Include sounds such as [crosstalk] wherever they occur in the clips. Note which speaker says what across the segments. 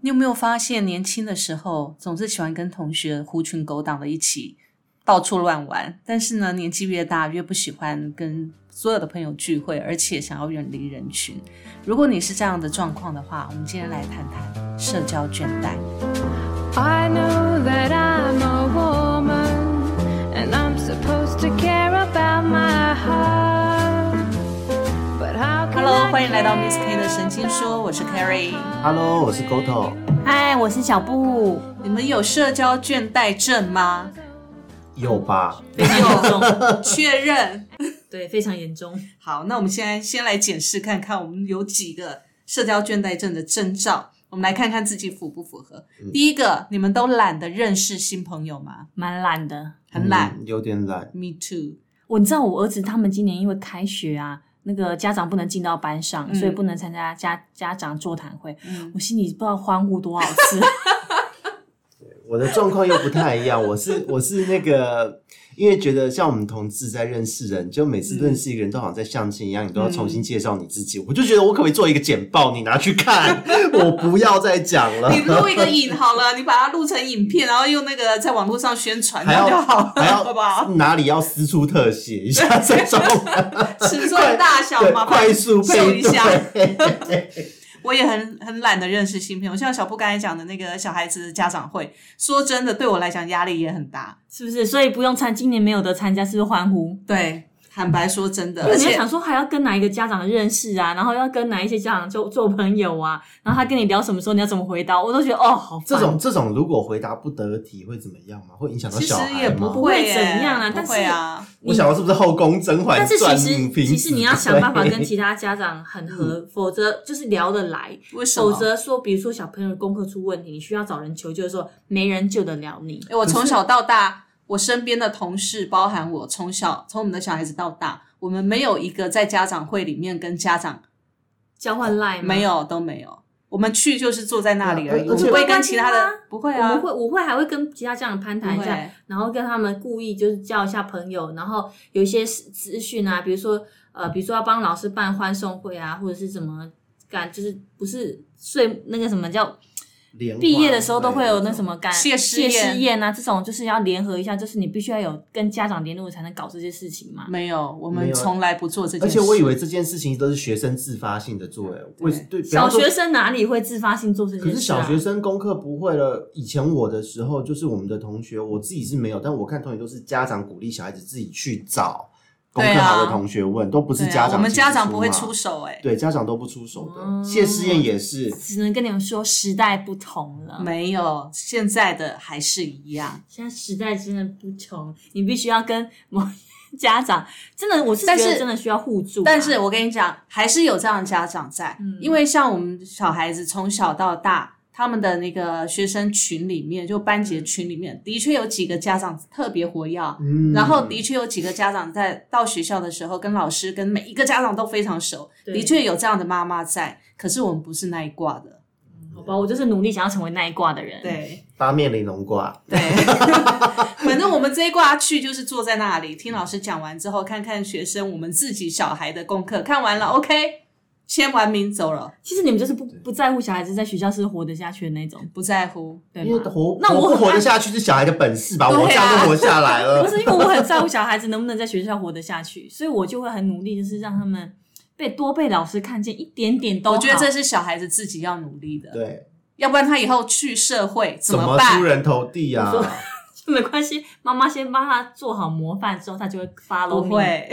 Speaker 1: 你有没有发现，年轻的时候总是喜欢跟同学狐群狗党的一起到处乱玩，但是呢，年纪越大越不喜欢跟所有的朋友聚会，而且想要远离人群。如果你是这样的状况的话，我们今天来谈谈社交倦怠。
Speaker 2: I know that I'm a woman and I'm supposed to care about my heart. But how can
Speaker 1: Hello，
Speaker 2: I
Speaker 1: 欢迎来到
Speaker 2: care?
Speaker 1: Miss K 的神经说，我是 Carrie。
Speaker 3: Hello，我是 Goto。
Speaker 4: 嗨，我是小布。
Speaker 1: 你们有社交倦怠症吗？
Speaker 3: 有吧？
Speaker 4: 非常严重，
Speaker 1: 确认。
Speaker 4: [laughs] 对，非常严重。
Speaker 1: 好，那我们现在先来检视看看，我们有几个社交倦怠症的征兆，我们来看看自己符不符合。
Speaker 3: 嗯
Speaker 1: 第一个，你们都懒得认识新朋友吗？
Speaker 4: 蛮懒的。
Speaker 1: 很懒、
Speaker 3: 嗯有点懒。
Speaker 1: m e too。
Speaker 4: 我知道我儿子他们今年因为开学啊，那个家长不能进到班上，
Speaker 1: 嗯
Speaker 4: 所以不能参加家家长座谈会。
Speaker 1: 嗯
Speaker 4: 我心里不知道欢呼多少 [laughs] 次。
Speaker 3: 我的状况又不太一样，我是我是那个，因为觉得像我们同志在认识人，就每
Speaker 1: 嗯
Speaker 3: 次认识一个人都好像在相亲一样，你都要重新介绍你自己。我就觉得我可不可以做一个简报，你拿去看，我不要再讲
Speaker 1: [laughs]
Speaker 3: 了
Speaker 1: 你。录一个影好了，你把它录成影片，然后用那个在网络上宣传，
Speaker 3: 还
Speaker 1: 那
Speaker 3: 要
Speaker 1: 就好了，
Speaker 3: 还
Speaker 1: 好不好？
Speaker 3: 要哪里要撕出特写一下这
Speaker 1: [laughs]
Speaker 3: 种，
Speaker 1: 尺寸大小
Speaker 3: 对
Speaker 1: 嘛，
Speaker 3: 快速
Speaker 1: 秀
Speaker 3: 配
Speaker 1: 一下。
Speaker 3: 对。
Speaker 1: [laughs] 我也很很懒得认识新朋友，像小布刚才讲的那个小孩子的家长会，说真的，对我来讲压力也很大。
Speaker 4: 是不是？所以不用参，今年没有得参加，是不是欢呼？
Speaker 1: 对，坦白说真的，
Speaker 4: 因为
Speaker 1: 而
Speaker 4: 你要
Speaker 1: 且
Speaker 4: 想说还要跟哪一个家长认识啊，然后要跟哪一些家长做做朋友啊，然后他跟你聊什么时候你要怎么回答，我都觉得哦，好烦
Speaker 3: 这种这种如果回答不得体会怎么样吗？会影响到
Speaker 1: 其
Speaker 3: 小
Speaker 1: 实
Speaker 3: 孩吗？
Speaker 1: 也不
Speaker 4: 不会
Speaker 1: 耶
Speaker 4: 怎样啊
Speaker 1: 不
Speaker 4: 但是
Speaker 1: 会啊，
Speaker 3: 我想到是不是后宫甄嬛
Speaker 4: 但是
Speaker 3: 传
Speaker 4: 其实
Speaker 3: 嫔 [laughs]
Speaker 4: 其
Speaker 3: 子
Speaker 4: 实你要想办法跟
Speaker 3: 贵 [laughs]
Speaker 4: 其他家长很合，
Speaker 3: 嗯
Speaker 4: 否则就是聊得来。
Speaker 1: 为什么？
Speaker 4: 否则说，比如说小朋友功课出问题，你需要找人求救的时候，没人救得了你。
Speaker 1: 诶我从小到大，我身边的同事，包含我，从小从我们的小孩子到大，我们没有一个在家长会里面跟家长
Speaker 4: 交换赖吗？
Speaker 1: 没，有都没有，我们去就是坐在那里而已，
Speaker 3: 对
Speaker 1: 我
Speaker 3: 而
Speaker 1: 们
Speaker 3: 且
Speaker 1: 不会跟其他的不会啊
Speaker 4: 我，会我会还会跟其他家长攀谈一
Speaker 1: 不
Speaker 4: 下
Speaker 1: 会，
Speaker 4: 然后跟他们故意就是交一下朋友，然后有一些资资讯啊，比如说呃，比如说要帮老师办欢送会啊，或者是怎么干，就是不是睡那个什么叫
Speaker 3: 莲花
Speaker 4: 毕业的时候都会有那什
Speaker 3: 么。
Speaker 4: 么感
Speaker 1: 谢师宴
Speaker 4: 谢师宴啊，这种就是要联合一下，就是你必须要有跟家长联络才能搞这些事情嘛。
Speaker 1: 没有，我
Speaker 3: 没
Speaker 1: 们
Speaker 3: 有
Speaker 1: 从来不做这件
Speaker 3: 而
Speaker 1: 事。
Speaker 3: 且我以为这件事情都是学生自发性的做、哎，为对，比
Speaker 4: 小
Speaker 3: 方说
Speaker 4: 学。生哪里会自发性做这件事、
Speaker 3: 可
Speaker 4: 啊？
Speaker 3: 是小学生功课不会了。以前我的时候，就是我们的同学，我自己是没有，但我看同学都是家长鼓励小孩子自己去找功
Speaker 1: 对
Speaker 3: 课
Speaker 1: 啊
Speaker 3: 好的同学问，都不是
Speaker 1: 对啊
Speaker 3: 家长、
Speaker 1: 我们家长不会出，手哎、
Speaker 3: 对，家长都不出手的。
Speaker 4: 哦
Speaker 3: 谢师宴也是，
Speaker 4: 只能跟你们说时代不同了。
Speaker 1: 没有，现在的还是一样。
Speaker 4: 现在时代真的不同，你必须要跟某些家长，真的我是觉
Speaker 1: 但是
Speaker 4: 得真的需要互助啊、
Speaker 1: 但是我跟你讲，还是有这样的家长在，
Speaker 4: 嗯
Speaker 1: 因为像我们小孩子从小到大，他们的那个学生群里面，就班级群里面，的确有几个家长特别活跃。
Speaker 3: 嗯，
Speaker 1: 然后的确有几个家长在到学校的时候，跟老师、跟每一个家长都非常熟，
Speaker 4: 对
Speaker 1: 的确有这样的妈妈在。可是我们不是那一挂的，
Speaker 4: 好吧，我就是努力想要成为那一挂的人。，
Speaker 1: 对
Speaker 3: 八面玲珑卦，
Speaker 1: 对。 [laughs] 反正我们这一挂去就是坐在那里听老师讲完之后，看看学生我们自己小孩的功课，看完了 OK，签完名走了，
Speaker 4: 其实你们就是不不在乎小孩子在学校是活得下去的那种，
Speaker 1: 不在乎。
Speaker 4: 对
Speaker 3: 因为
Speaker 4: 吗？
Speaker 3: 活
Speaker 4: 那我
Speaker 3: 活不
Speaker 4: 很
Speaker 3: 活
Speaker 4: 爱
Speaker 3: 得下去是小孩的本事吧，
Speaker 1: 对啊
Speaker 3: 我这样就活下来了
Speaker 4: [laughs] 不。是因为我很在乎小孩子能不能在学校活得下去，所以我就会很努力，就是让他们被多被老师看见一点点都好。
Speaker 1: 我觉得这是小孩子自己要努力的，
Speaker 3: 对，
Speaker 1: 要不然他以后去社会怎
Speaker 3: 怎
Speaker 1: 么
Speaker 3: 么
Speaker 1: 办
Speaker 3: 出？人头地
Speaker 1: [laughs]
Speaker 3: 啊？
Speaker 4: 我说没关系，妈妈先帮他做好模范之后，他就会 follow
Speaker 1: 不
Speaker 4: 你。
Speaker 1: 会，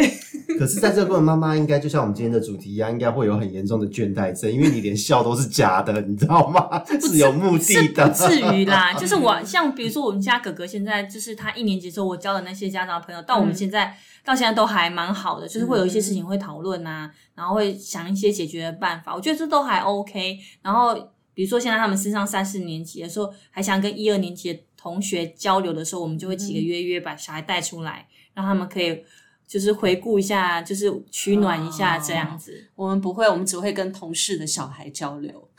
Speaker 3: 可是，在这个过程，妈妈应该就像我们今天的主题一样，应该会有很严重的倦怠症，因为你连笑都是假的，你知道吗？是有目
Speaker 4: 是
Speaker 3: 的
Speaker 4: 不
Speaker 3: 的。
Speaker 4: 至于啦，就是我像比如说我们家哥哥现在就是他一年级之后，我交的那些家长朋友，到我们现在、到现在都还蛮好的，就是会有一些事情会讨论啊，然后会想一些解决的办法，我觉得这都还 OK。然后比如说现在他们升上三四年级的时候，还想跟一二年级的同学交流的时候，我们就会几个约约把小孩带出来，让他们可以就是回顾一下，就是取暖一下
Speaker 1: 哦
Speaker 4: 这样子。
Speaker 1: [laughs] 我们不会，我们只会跟同事的小孩交流。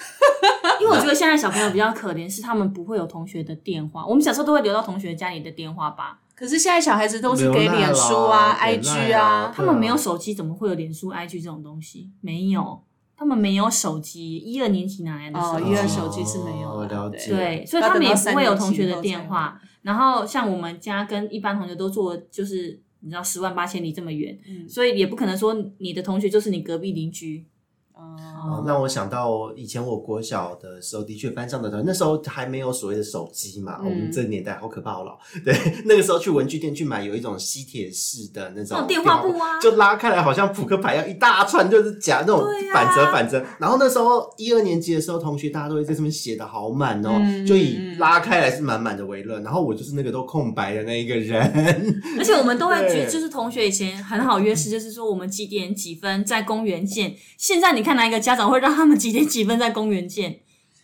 Speaker 4: 因为我觉得现在小朋友比较可怜，是他们不会有同学的电话。我们小时候都会留到同学家里的电话吧？
Speaker 1: 可是现在小孩子都是给脸书啊、
Speaker 3: 流浪啦
Speaker 1: IG
Speaker 3: 给 Line 啊
Speaker 1: 啊，
Speaker 4: 他们没有手机，怎么会有脸书、IG 这种东西？没有，他们没有手机，一二年级哪
Speaker 3: 啊
Speaker 4: 来的手
Speaker 1: 哦，
Speaker 4: 机？
Speaker 1: 一二手机是没有
Speaker 3: 哦
Speaker 1: 的，
Speaker 3: 了
Speaker 1: 对
Speaker 3: 解
Speaker 4: 对，所以
Speaker 1: 要
Speaker 4: 他们
Speaker 1: 等
Speaker 4: 也
Speaker 1: 到
Speaker 4: 不
Speaker 1: 三
Speaker 4: 会有
Speaker 1: 年
Speaker 4: 同
Speaker 1: 级
Speaker 4: 学
Speaker 1: 后
Speaker 4: 的
Speaker 1: 才
Speaker 4: 电
Speaker 1: 有
Speaker 4: 话。然后像我们家跟一般同学都坐，就是你知道十万八千里这么远，
Speaker 1: 嗯
Speaker 4: 所以也不可能说你的同学就是你隔壁邻居。
Speaker 1: 哦
Speaker 3: 哦，
Speaker 4: 嗯
Speaker 3: 那我想到以前我国小的时候，的确班上的同学，那时候还没有所谓的手机嘛，哦
Speaker 1: 嗯
Speaker 3: 我们这个年代好可怕，好老。对， [laughs] 那个时候去文具店去买有一种吸铁式的那
Speaker 4: 那
Speaker 3: 种
Speaker 4: 种电话簿啊，
Speaker 3: 就拉开来，好像扑克牌要一大串，就是夹那种
Speaker 4: 对啊
Speaker 3: 反折反折。然后那时候一二年级的时候，同学大家都会在上面写的好满哦，
Speaker 1: 嗯
Speaker 3: 就以拉开来是满满的为乐。然后我就是那个都空白的那一个人，
Speaker 4: 而且我们都会
Speaker 3: 对
Speaker 4: 觉，就是同学以前很好约时，就是说我们几点几分在公园见。现在你看哪一个家长会让他们几点几分在公园见？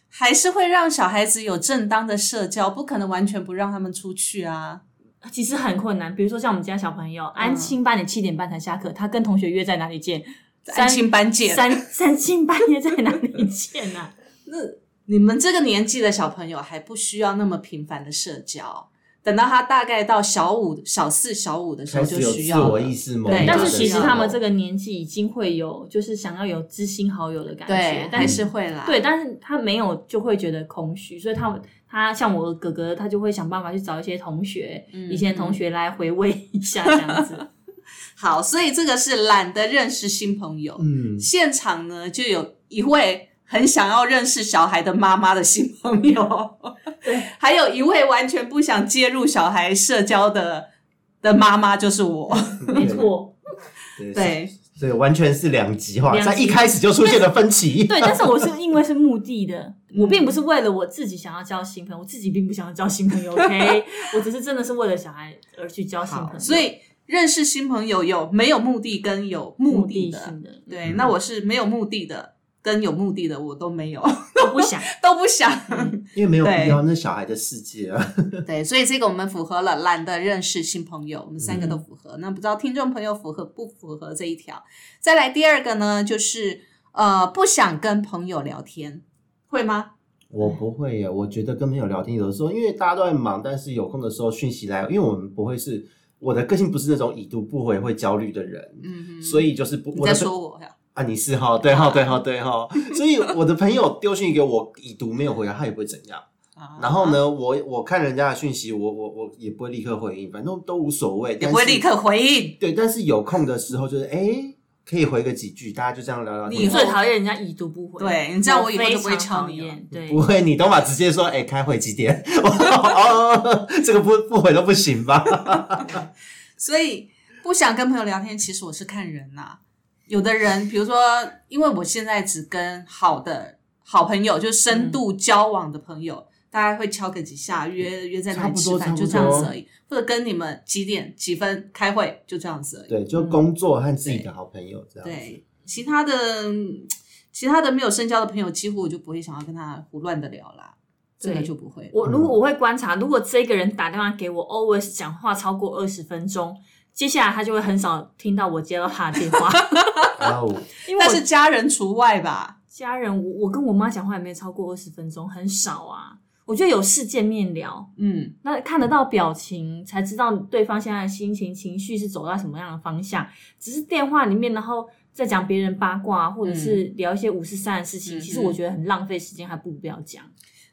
Speaker 1: 还是会让小孩子有正当的社交，不可能完全不让他们出去啊。
Speaker 4: 其实很困难。比如说像我们家小朋友，安
Speaker 1: 嗯
Speaker 4: 亲班的七点半才下课，他跟同学约在哪里见？
Speaker 1: 三亲班见，
Speaker 4: 三三亲半夜在哪里见
Speaker 1: [laughs]
Speaker 4: 啊？
Speaker 1: 那你们这个年纪的小朋友还不需要那么频繁的社交，等到他大概到小五、小四、小五的时
Speaker 3: 开
Speaker 1: 候
Speaker 3: 始
Speaker 1: 就
Speaker 3: 有
Speaker 1: 需
Speaker 3: 自
Speaker 1: 要了
Speaker 3: 我意识萌
Speaker 1: 哎对
Speaker 3: 发的时候。
Speaker 4: 但是其实他们这
Speaker 3: 个
Speaker 4: 个年纪已经会有，就是想要有知心好友的感
Speaker 1: 对
Speaker 3: 嗯
Speaker 4: 觉，，但
Speaker 1: 还
Speaker 4: 是。
Speaker 1: 是会啦。
Speaker 4: 对，但是他没有就会觉得空虚，所以他他像我哥哥，他就会想办法去找一些同学，
Speaker 1: 嗯
Speaker 4: 以前的同学来回味一下这样子。
Speaker 1: 好，所以这个是懒得认识新朋友。
Speaker 3: 嗯，
Speaker 1: 现场呢，就有一位很想要认识小孩的妈妈的新朋友，还有一位完全不想介入小孩社交的的妈妈，就是我。 [laughs]
Speaker 4: 没错，
Speaker 3: 对，
Speaker 1: 对，
Speaker 3: 对，完全是两极化，
Speaker 4: 两极
Speaker 3: 在一开始就出现了分歧。
Speaker 4: 对，但是我是因为是目的的，
Speaker 1: 嗯
Speaker 4: 我并不是为了我自己想要交新朋友，我自己并不想要交新朋友，OK，
Speaker 1: [laughs]
Speaker 4: 我只是真的是为了小孩而去交新朋友，
Speaker 1: 所以认识新朋友有没有目的跟有目
Speaker 4: 目
Speaker 1: 的
Speaker 4: 的
Speaker 1: 的。
Speaker 4: 性的，
Speaker 1: 对，那我是没有目的的，跟有目的的 [laughs] 我都没有， [laughs]
Speaker 4: 我不想。
Speaker 1: 都不想。
Speaker 4: 嗯
Speaker 3: 因为没有必
Speaker 1: 对
Speaker 3: 要，那小孩的世界啊。
Speaker 1: 嗯对，所以这个我们符合了，懒得认识新朋友，我们三个都符合。那不知道听众朋友符合不符合这一条？再来第二个呢，就是呃，不想跟朋友聊天， [laughs] 会吗？
Speaker 3: 我不会耶，我觉得跟朋友聊天，有的时候因为大家都在忙，但是有空的时候讯息来，因为我们不会是我的个性不是那种已读不回会焦虑的人，
Speaker 1: 嗯哼，
Speaker 3: 所以就是不
Speaker 1: 你
Speaker 3: 我的
Speaker 1: 在
Speaker 3: 朋
Speaker 1: 说我呀？
Speaker 3: 啊，你是哈，对哈，对哈，对哈，所以我的朋友丢讯息给我已读没有回来，他也不会怎样。
Speaker 1: 啊
Speaker 3: 然后？呢，我我看人家的讯息，我我我也不会立刻回应，反正都无所谓，
Speaker 1: 也
Speaker 3: 但
Speaker 1: 不会
Speaker 3: 是
Speaker 1: 立刻回应，
Speaker 3: 对，但是有空的时候就是哎。可以回个几句，大家就这样聊聊天。
Speaker 1: 你
Speaker 4: 最讨厌人家已读不回，
Speaker 1: 对你这样我以后就不会
Speaker 4: 非常
Speaker 1: 敲你了
Speaker 4: 讨厌对，
Speaker 3: 不会，你都嘛直接说，哎、开会几点？ [laughs] 哦，这个不不回都不行吧？ [laughs]
Speaker 1: 所以不想跟朋友聊天。其实我是看人呐、有的人，比如说，因为我现在只跟好的好朋友，就
Speaker 3: 嗯
Speaker 1: 深度交往的朋友，大概会敲个几下，约约在哪里吃
Speaker 3: 差
Speaker 1: 饭，
Speaker 3: 不多
Speaker 1: 就这样
Speaker 3: 差不
Speaker 1: 子
Speaker 3: 多
Speaker 1: 而已。或者跟你们几点几分开会，就这样子而已。
Speaker 3: 对，就工作和自己的好朋友这样子。
Speaker 1: 对，其他的嗯其他的没有深交的朋友，几乎我就不会想要跟他胡乱的聊啦，这个
Speaker 4: 对
Speaker 1: 就不会了。
Speaker 4: 我如果我会观察，如果这个人打电话给我，always 讲话超过二十分钟，接下来他就会很少听到我接到他的
Speaker 1: [laughs]
Speaker 4: 电话，
Speaker 3: 然后
Speaker 4: 因为
Speaker 1: 但
Speaker 4: 我
Speaker 1: 是家人除外吧，
Speaker 4: 家人，我我跟我妈讲话也没有超过二十分钟，很少啊。我觉得有事见面聊，
Speaker 1: 嗯，
Speaker 4: 那看得到表情，才知道对方现在的心情、情绪是走到什么样的方向。只是电话里面，然后再讲别人八卦，或者是聊一些五四三的事情，
Speaker 1: 嗯
Speaker 4: 其实我觉得很浪费时间，还不如不要讲。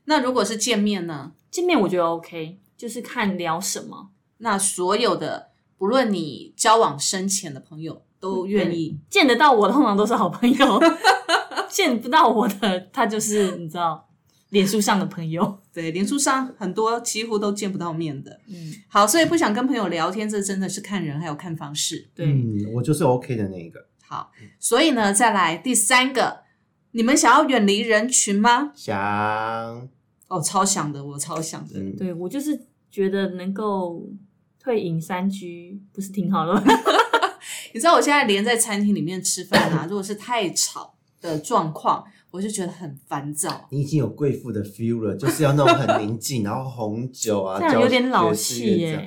Speaker 1: 那如果是见面呢？
Speaker 4: 见面我觉得 OK，就是看聊什么。
Speaker 1: 那所有的，不论你交往深浅的朋友，
Speaker 3: 嗯
Speaker 1: 都愿意。
Speaker 4: 见得到我的通常都是好朋友，见不到我的他就是你知道，脸书上的朋友。
Speaker 1: 对，连书上很多几乎都见不到面的。
Speaker 4: 嗯，
Speaker 1: 好，所以不想跟朋友聊天，这真的是看人还有看方式。
Speaker 4: 对，
Speaker 3: 嗯，我就是 OK 的那一个。
Speaker 1: 好，所以呢，再来第三个，你们想要远离人群吗？
Speaker 3: 想，
Speaker 1: 哦，超想的，我超想的。
Speaker 3: 嗯，
Speaker 4: 对我就是觉得能够退隐三居，不是挺好的吗？
Speaker 1: 你知道我现在连在餐厅里面吃饭
Speaker 3: [coughs]
Speaker 1: 啊，如果是太吵的状况，我就觉得很烦躁。
Speaker 3: 你已经有贵妇的 feel 了，就是要那种很宁静，然后红酒啊，
Speaker 4: 这样
Speaker 3: 交
Speaker 4: 有点老
Speaker 3: 爵士
Speaker 4: 气
Speaker 3: 乐这
Speaker 4: 耶
Speaker 3: 样。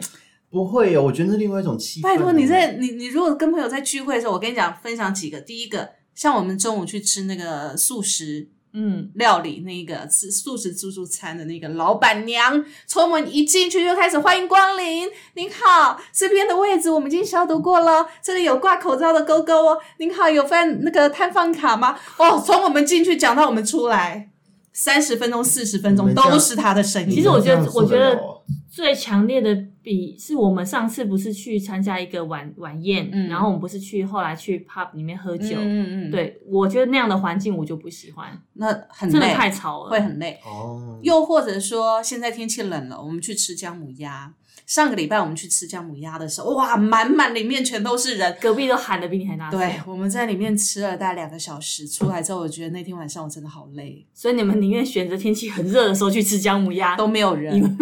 Speaker 3: 不会哦，我觉得那另外一哦种气氛。
Speaker 1: 拜托你在你你如果跟朋友在聚会的时候，我跟你讲分享几个。第一个，像我们中午去吃那个素食
Speaker 4: 嗯，
Speaker 1: 料理那个吃素食自助餐的那个老板娘，从我们一进去就开始欢迎光临，您好，这边的位置我们已经消毒过了，这里有挂口罩的勾勾哦，您好，有办那个摊贩卡吗？哦，从我们进去讲到我们出来，三十分钟、四十分
Speaker 3: 你
Speaker 1: 钟
Speaker 3: 们这样
Speaker 1: 都是他的声
Speaker 3: 你
Speaker 1: 音
Speaker 4: 其实。我觉得
Speaker 3: 这样受
Speaker 4: 我觉得
Speaker 3: 了哦
Speaker 4: 最强烈的比是我们上次不是去参加一个晚晚宴，
Speaker 1: 嗯
Speaker 4: 然后我们不是去后来去 pub 里面喝
Speaker 1: 嗯
Speaker 4: 酒，
Speaker 1: 嗯嗯，，
Speaker 4: 对我觉得那样的环境我就不喜欢，
Speaker 1: 那很
Speaker 4: 真的
Speaker 1: 累，
Speaker 4: 太吵了，
Speaker 1: 会很累。
Speaker 3: 哦，
Speaker 1: 又或者说，现在天气冷了，我们去吃姜母鸭。上个礼拜我们去吃姜母鸭的时候，哇，满满里面全都是人。
Speaker 4: 隔壁都喊的比你还大声， [laughs]
Speaker 1: 对，我们在里面吃了大概两个小时，出来之后，我觉得那天晚上我真的好累，
Speaker 4: 所以你们宁愿选择天气很热的时候去吃姜
Speaker 1: [laughs]
Speaker 4: 母鸭，
Speaker 1: 都没有
Speaker 4: 你
Speaker 1: 人
Speaker 4: 们。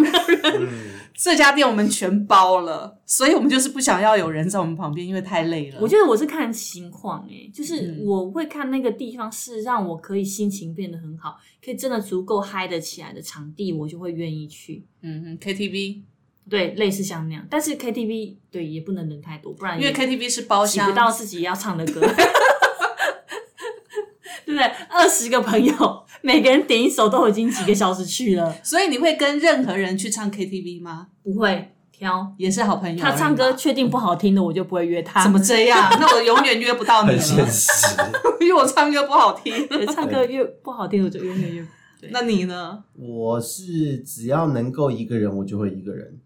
Speaker 3: 嗯
Speaker 1: 这家店我们全包了，所以我们就是不想要有人在我们旁边，因为太累了。
Speaker 4: 我觉得我是看情况诶、就是
Speaker 1: 嗯
Speaker 4: 我会看那个地方是让我可以心情变得很好，可以真的足够嗨得起来的场地，我就会愿意去。
Speaker 1: 嗯哼，KTV，
Speaker 4: 对，类似像那样，但是 KTV 对也不能人太多，不然
Speaker 1: 因
Speaker 4: 也
Speaker 1: 为 KTV 是包
Speaker 4: 嗯挤不
Speaker 1: 厢，
Speaker 4: 到自己要唱的歌， [laughs] 对不对？二十个朋友，每个人点一首都已经几个小时去了，
Speaker 1: 所以你会跟任何人去唱 KTV 吗？
Speaker 4: 不会挑
Speaker 1: 也是好朋友而已嘛。
Speaker 4: 他唱歌确定不好听的，我就不会约他。
Speaker 1: 怎么这样？那我永远约不到你
Speaker 3: 很现
Speaker 1: 了，
Speaker 3: 实。
Speaker 1: 因为我唱歌不好听。
Speaker 4: 对 [laughs] 唱歌越不好听，我就永远越
Speaker 1: 那你呢？
Speaker 3: 我是只要能够一个人，我就会一个人，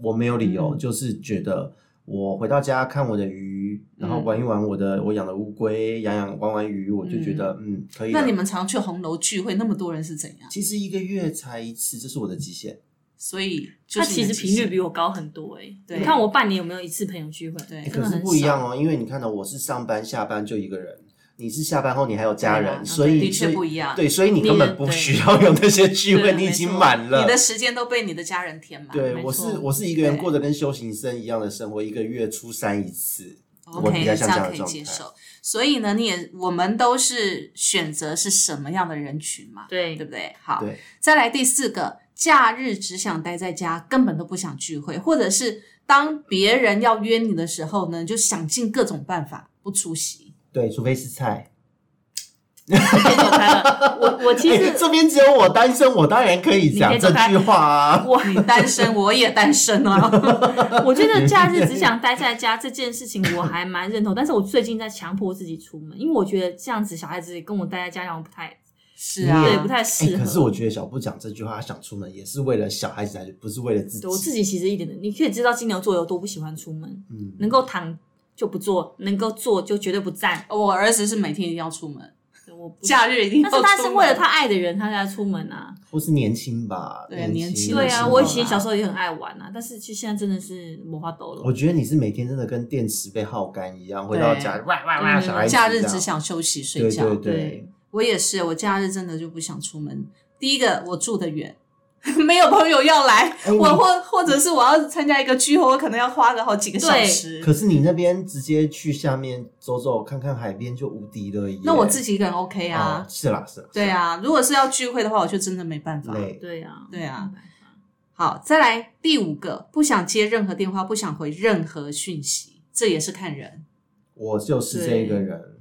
Speaker 3: 我没有理由，
Speaker 1: 嗯
Speaker 3: 就是觉得我回到家看我的鱼，然后
Speaker 1: 嗯
Speaker 3: 玩一玩我的我养的乌龟，养养玩玩鱼，我就觉得嗯可以了。
Speaker 1: 那你们常去红楼聚会，那么多人是怎样？
Speaker 3: 其实一个月才一次，这是我的极限。
Speaker 1: 所以就
Speaker 4: 他
Speaker 1: 是
Speaker 4: 其
Speaker 1: 你的
Speaker 4: 实
Speaker 1: 极
Speaker 4: 频率
Speaker 1: 限
Speaker 4: 比我高很多哎、
Speaker 1: 对
Speaker 4: 你看我半年有没有一次朋友聚会？
Speaker 1: 对
Speaker 3: 欸
Speaker 1: 欸
Speaker 4: 真
Speaker 3: 可
Speaker 4: 的
Speaker 3: 是
Speaker 4: 很
Speaker 3: 不一
Speaker 4: 少
Speaker 3: 样哦，因为你看到我是上班下班就一个人，你是下班后你还有家
Speaker 1: 对
Speaker 3: 人，
Speaker 1: 啊
Speaker 3: 所
Speaker 1: 的
Speaker 3: 以
Speaker 1: 确
Speaker 3: 所以
Speaker 1: 不一样
Speaker 3: 对，所以你
Speaker 4: 你
Speaker 3: 根
Speaker 4: 的
Speaker 3: 本不
Speaker 4: 对
Speaker 3: 需要有那些聚
Speaker 4: 对
Speaker 3: 会，你已
Speaker 4: 没
Speaker 3: 经
Speaker 4: 错
Speaker 3: 满了。
Speaker 1: 你的时间都被你的家人填满。
Speaker 3: 对
Speaker 4: 没，
Speaker 3: 我
Speaker 4: 错
Speaker 3: 是我是一个人
Speaker 1: 对
Speaker 3: 过得跟修行僧一样的生活，一个月出山一次。我
Speaker 1: ，OK，
Speaker 3: 比较
Speaker 1: 这
Speaker 3: 像这样
Speaker 1: 样
Speaker 3: 的
Speaker 1: 可以
Speaker 3: 状
Speaker 1: 接
Speaker 3: 态
Speaker 1: 受。所以呢，你也我们都是选择是什么样的人群嘛？
Speaker 4: 对
Speaker 1: 对不对？好，
Speaker 3: 对，
Speaker 1: 再来第四个，假日只想待在家，根本都不想聚会，或者是当别人要约你的时候呢，就想尽各种办法不出席。
Speaker 3: 对，除非是菜。
Speaker 4: 可以走开
Speaker 1: [laughs]
Speaker 4: 了。我我其
Speaker 3: 哎
Speaker 4: 实
Speaker 3: 这边只有我单身，我当然可以讲
Speaker 4: 你可
Speaker 3: 这
Speaker 4: 以走开
Speaker 3: 句话啊。
Speaker 4: 我
Speaker 1: 你单身，我也单身
Speaker 3: [laughs]
Speaker 1: 啊。
Speaker 4: 我觉得假日只想待在家这件事情，我还蛮认同。但是我最近在强迫自己出门，因为我觉得这样子小孩子跟我待在家让我不太
Speaker 1: 是啊，
Speaker 4: 对不太
Speaker 3: 哎
Speaker 4: 适合。
Speaker 3: 可是我觉得小布讲这句话，他想出门也是为了小孩子，还是不是为了自己？
Speaker 4: 对我自己其实一点的，你可以知道金牛座有多不喜欢出门，
Speaker 3: 嗯，
Speaker 4: 能够躺就不坐，能够坐就绝对不站。
Speaker 1: 我儿子是每天一定要出门，
Speaker 4: 我不
Speaker 1: 假日一定要
Speaker 4: 但
Speaker 1: 出
Speaker 4: 是
Speaker 1: 门。
Speaker 4: 他是为了他爱的人，他才出门啊。
Speaker 3: 或是年轻吧，
Speaker 1: 对年轻
Speaker 3: 轻。
Speaker 4: 对
Speaker 1: 时
Speaker 4: 啊，
Speaker 1: 候
Speaker 4: 我以
Speaker 1: 啦
Speaker 4: 前小时候也很爱玩啊，但是其实现在真的是没话抖
Speaker 3: 我
Speaker 4: 了。
Speaker 3: 觉得你是每天真的跟电池被耗干一样，回到家哇哇哇，
Speaker 4: 对
Speaker 3: 小孩子
Speaker 1: 嗯假日
Speaker 3: 这样
Speaker 1: 只想休息睡
Speaker 3: 对
Speaker 1: 觉。
Speaker 3: 对
Speaker 4: 对
Speaker 3: 对，
Speaker 1: 我也是，我假日真的就不想出门。第一个，我住得远， [laughs] 没有朋友要来，
Speaker 3: 哎
Speaker 1: 我
Speaker 3: 你
Speaker 1: 或或者是我要参加一个聚会，我可能要花个好几个小
Speaker 4: 对
Speaker 1: 时。
Speaker 3: 可是你那边直接去下面走走看看海边就无敌了耶。
Speaker 1: 那我自己一个人 OK
Speaker 3: 啊
Speaker 1: 啊，，
Speaker 3: 是啦是啦，
Speaker 1: 对啊。如果是要聚会的话，我就真的没办法。
Speaker 3: 累。
Speaker 4: 对啊，
Speaker 1: 对啊，好，再来第五个，不想接任何电话，不想回任何讯息，这也是看人。
Speaker 3: 我就是这一个人，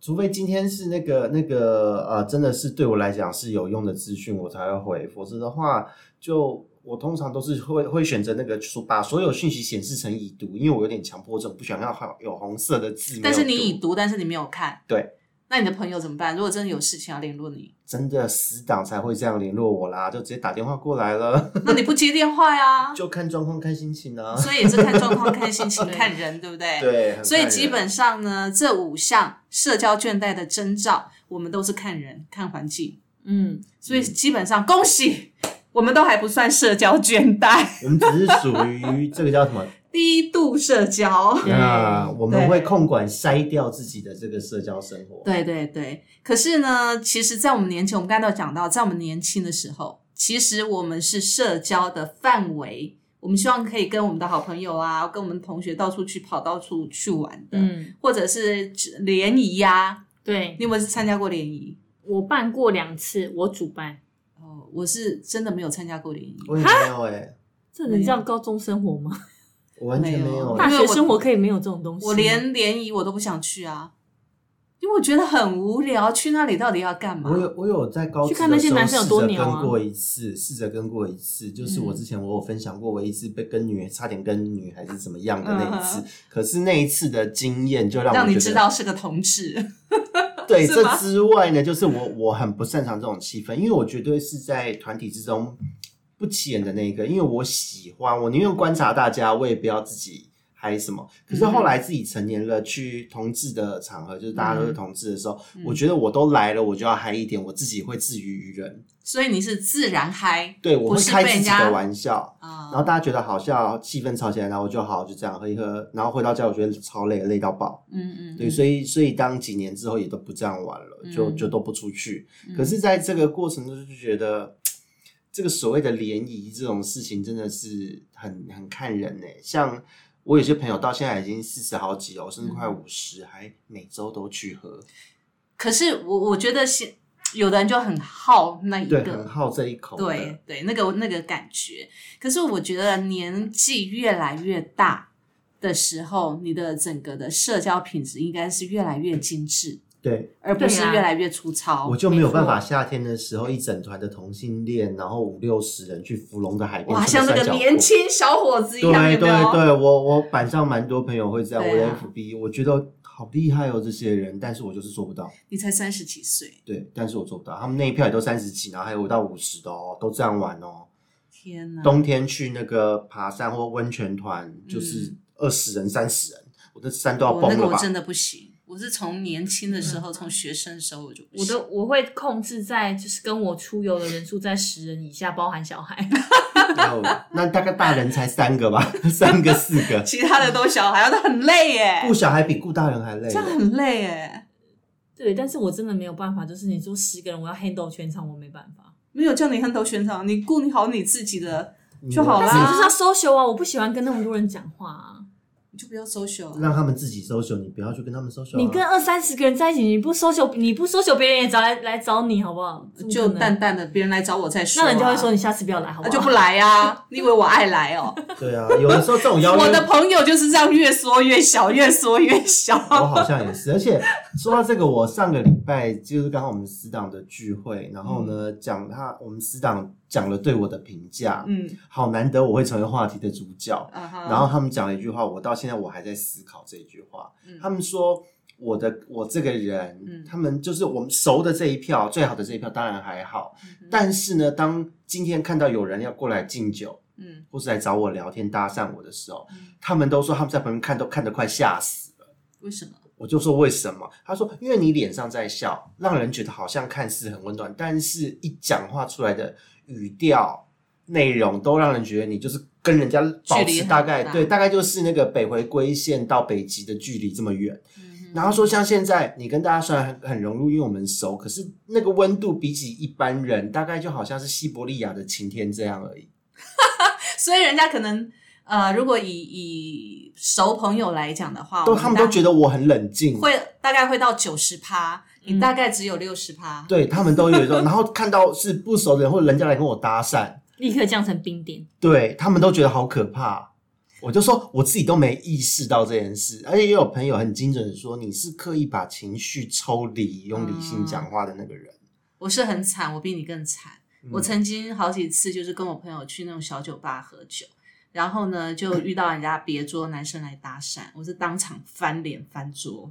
Speaker 3: 除非今天是那个那个呃，真的是对我来讲是有用的资讯，我才会回，否则的话，就我通常都是会会选择那个说把所有讯息显示成已读，因为我有点强迫症，不想要好有红色的字。
Speaker 1: 但是你
Speaker 3: 没有
Speaker 1: 已读，但是你没有看，
Speaker 3: 对。
Speaker 1: 那你的朋友怎么办？如果真的有事情要联络你，
Speaker 3: 真的死党才会这样联络我啦，就直接打电话过来了，
Speaker 1: 那你不接电话呀、
Speaker 3: 就看状况看心情啊。
Speaker 1: 所以也是看状况、看
Speaker 3: [laughs]
Speaker 1: 心情、
Speaker 4: 对
Speaker 1: 看人，对不对？。
Speaker 3: 对，很
Speaker 1: 所以
Speaker 3: 看
Speaker 1: 基
Speaker 3: 人
Speaker 1: 本上呢，这五项社交倦怠的征兆，我们都是看人、看环境。
Speaker 4: 嗯，
Speaker 1: 所以基本上，恭喜我们都还不算社交倦怠，
Speaker 3: [laughs]
Speaker 1: [laughs]
Speaker 3: 我们只是属于这个叫什么？
Speaker 1: 低度社交。
Speaker 4: 对
Speaker 3: 那我们
Speaker 1: 对
Speaker 3: 会控管筛掉自己的这个社交生活。
Speaker 1: 对对对，可是呢，其实，在我们年轻，我们刚才都讲到，在我们年轻的时候，其实我们是社交的范围，我们希望可以跟我们的好朋友啊，跟我们同学到处去跑，到处去玩的，
Speaker 4: 嗯，
Speaker 1: 或者是联谊呀、
Speaker 4: 对
Speaker 1: 你有没有参加过联谊？
Speaker 4: 我办过两次，我主办，
Speaker 1: 哦，我是真的没有参加过联谊，
Speaker 3: 我也没有哎、
Speaker 4: 这能叫高中生活吗？
Speaker 3: 我完全没
Speaker 1: 没有
Speaker 3: 有。
Speaker 1: 那
Speaker 4: 大
Speaker 1: 因为
Speaker 4: 学
Speaker 1: 我
Speaker 4: 生活可以没有这种东西吗，
Speaker 1: 我连联谊我都不想去啊。
Speaker 4: 因
Speaker 1: 因为我觉得很无聊，去那里到底要干嘛
Speaker 3: 我？有我有在高
Speaker 4: 去
Speaker 3: 职
Speaker 4: 看那
Speaker 3: 的
Speaker 4: 些
Speaker 3: 时候
Speaker 4: 男生有
Speaker 3: 试
Speaker 4: 多
Speaker 3: 着
Speaker 4: 牛啊嗯
Speaker 3: 跟过一次，试着跟过一次，就是我之前我有分享过，我一次被跟女差点跟女孩子怎么样的那一次
Speaker 1: 嗯，
Speaker 3: 可是那一次的经验就让我
Speaker 1: 让你
Speaker 3: 觉
Speaker 1: 知
Speaker 3: 得
Speaker 1: 道是个同志， [laughs]
Speaker 3: 对，
Speaker 1: 是
Speaker 3: 这
Speaker 1: 吗
Speaker 3: 之外呢，就是我我很不擅长这种气氛，因为我绝对是在团体之中不起眼的那一个，因为我喜欢，我宁愿观察大家，我也不要自己嗨什么。可是后来自己成年了，去同志的场合，就是大家都是同志的时候，
Speaker 1: 嗯
Speaker 3: 我觉得我都来了，我就要嗨一点，我自己会自娱于人。
Speaker 1: 所以你是自然嗨
Speaker 3: 对，我
Speaker 1: 不
Speaker 3: 会
Speaker 1: 是
Speaker 3: 开
Speaker 1: 被
Speaker 3: 自
Speaker 1: 人
Speaker 3: 己
Speaker 1: 家
Speaker 3: 的玩笑。
Speaker 1: 啊
Speaker 3: 然后大家觉得好笑，气氛吵起来，然后我就好就这样喝一喝，然后回到家我觉得超累，累到爆。
Speaker 1: 嗯嗯，
Speaker 3: 对，
Speaker 1: 嗯
Speaker 3: 所以所以当几年之后也都不这样玩了，就
Speaker 1: 嗯
Speaker 3: 就都不出去。可是，在这个过程中就觉得，这个所谓的联谊这种事情真的是很很看人呢、像我有些朋友到现在已经四十好几哦，甚至
Speaker 1: 嗯
Speaker 3: 快五十，还每周都去喝，
Speaker 1: 可是我我觉得是有的人就很好那一
Speaker 3: 对，很
Speaker 1: 个，
Speaker 3: 好这一口的。
Speaker 1: 对对，那个那个感觉。可是我觉得年纪越来越大的时候，你的整个的社交品质应该是越来越精致，
Speaker 3: 对，
Speaker 1: 而不是
Speaker 4: 对啊
Speaker 1: 越来越粗糙。
Speaker 3: 我就没有办法
Speaker 1: 哦错。
Speaker 3: 夏天的时候一整团的同性恋，然后五六十人去芙蓉的海边，
Speaker 1: 哇，像那个年。轻小伙子一
Speaker 3: 对
Speaker 1: 样，有没
Speaker 3: 对
Speaker 1: 有？
Speaker 3: 对，我我板上蛮多朋友会这样，我
Speaker 1: 对
Speaker 3: 的
Speaker 1: 啊
Speaker 3: FB，我觉得好厉害哦，这些人，但是我就是做不到。
Speaker 1: 你才三十几岁，
Speaker 3: 对，但是我做不到。他们那一票也都三十几，然后还有到五十的哦，都这样玩哦。
Speaker 1: 天哪！
Speaker 3: 冬天去那个爬山或温泉团，就是
Speaker 1: 嗯哦
Speaker 3: 二十人、三十人，我的山都要
Speaker 1: 我那
Speaker 3: 崩
Speaker 1: 个
Speaker 3: 了
Speaker 1: 我
Speaker 3: 吧？
Speaker 1: 真的不行，我是从年轻的时候，从学生的时嗯候我就不
Speaker 4: 我
Speaker 1: 行。
Speaker 4: 都我会控制在就是跟我出游的人数在十人以下，包含小孩。 [laughs]
Speaker 3: 然后那大概大人才三个吧， [laughs] 三个四
Speaker 1: [laughs]
Speaker 3: 个，
Speaker 1: 其他的都小孩，都很累耶，
Speaker 3: 顾小孩比顾大人还累
Speaker 1: 这。样很累耶。
Speaker 4: 对，但是我真的没有办法，就是你说十个人，我要 handle 全场，我没办法。
Speaker 1: 没有叫你恨头悬场，你顾你好你自己的，
Speaker 3: 嗯
Speaker 1: 就好
Speaker 4: 但
Speaker 1: 啦
Speaker 4: 是我就是要 social 啊，我不喜欢跟那么多人讲话啊。
Speaker 1: 你就不要 social 了。
Speaker 3: 让他们自己搜 l 你不要去跟他们搜啊 l
Speaker 4: 你跟二三十个人在一起，你不 social，你不 social，别人也找来来找你，好不好？怎么
Speaker 1: 就
Speaker 4: 可能
Speaker 1: 淡淡的，别人来找我再说、啊
Speaker 4: 那人家会说，你下次不要来，好不
Speaker 1: 那
Speaker 4: 好？
Speaker 1: 就不来呀、 [laughs] 你以为我爱来
Speaker 3: [laughs]
Speaker 1: 哦？
Speaker 3: 对啊，有的时候这种邀约，
Speaker 1: 我的朋友就是这样越缩越小，越缩越
Speaker 3: [laughs] 我
Speaker 1: 小。
Speaker 3: 好像也是，而且说到这个，我上个礼拜就是刚好我们死党的聚会，然后呢讲他我们死党讲了对我的评价，
Speaker 1: [laughs] 嗯，
Speaker 3: 好难得我会成为话题的主角。
Speaker 1: 啊哈
Speaker 3: 然后他们讲了一句话，我到现在我还在思考这一句话。
Speaker 1: 嗯
Speaker 3: 他们说我的我这个人，
Speaker 1: 嗯
Speaker 3: 他们就是我们熟的这一票，最好的这一票当然还好，
Speaker 1: 嗯
Speaker 3: 但是呢，当今天看到有人要过来敬酒。
Speaker 1: 嗯，
Speaker 3: 或是来找我聊天搭讪我的时候，他们都说他们在旁边看都看得快吓死了。
Speaker 1: 为什么？
Speaker 3: 我就说为什么？他说因为你脸上在笑，让人觉得好像看似很温暖，但是一讲话出来的语调、内容都让人觉得你就是跟人家保
Speaker 1: 距离
Speaker 3: 持
Speaker 1: 很
Speaker 3: 大概
Speaker 1: 大
Speaker 3: 对，大概就是那个北回归线到北极的距离这么远。
Speaker 1: 嗯
Speaker 3: 然后说像现在你跟大家虽然很很融入，因为我们熟，可是那个温度比起一般人，大概就好像是西伯利亚的晴天这样而已。
Speaker 1: 所以人家可能呃，如果以以熟朋友来讲的话，
Speaker 3: 都
Speaker 1: 我
Speaker 3: 他们都
Speaker 1: 大
Speaker 3: 觉得我很冷静，
Speaker 1: 会大概会到九十趴，你
Speaker 4: 嗯
Speaker 1: 大概只有六十趴。
Speaker 3: 对他们都有一种，然后看到是不熟的人或者人家来跟我搭讪。
Speaker 4: 立刻降成冰点。
Speaker 3: 对他们都觉得好可怕。我就说我自己都没意识到这件事，而且也有朋友很精准的说你是刻意把情绪抽离，用理性讲话的那个人。
Speaker 1: 我是很惨，我比你更惨。
Speaker 3: 嗯
Speaker 1: 我曾经好几次就是跟我朋友去那种小酒吧喝酒，然后呢
Speaker 3: [laughs]
Speaker 1: 就遇到人家别桌男生来搭讪，我是当场翻脸翻桌，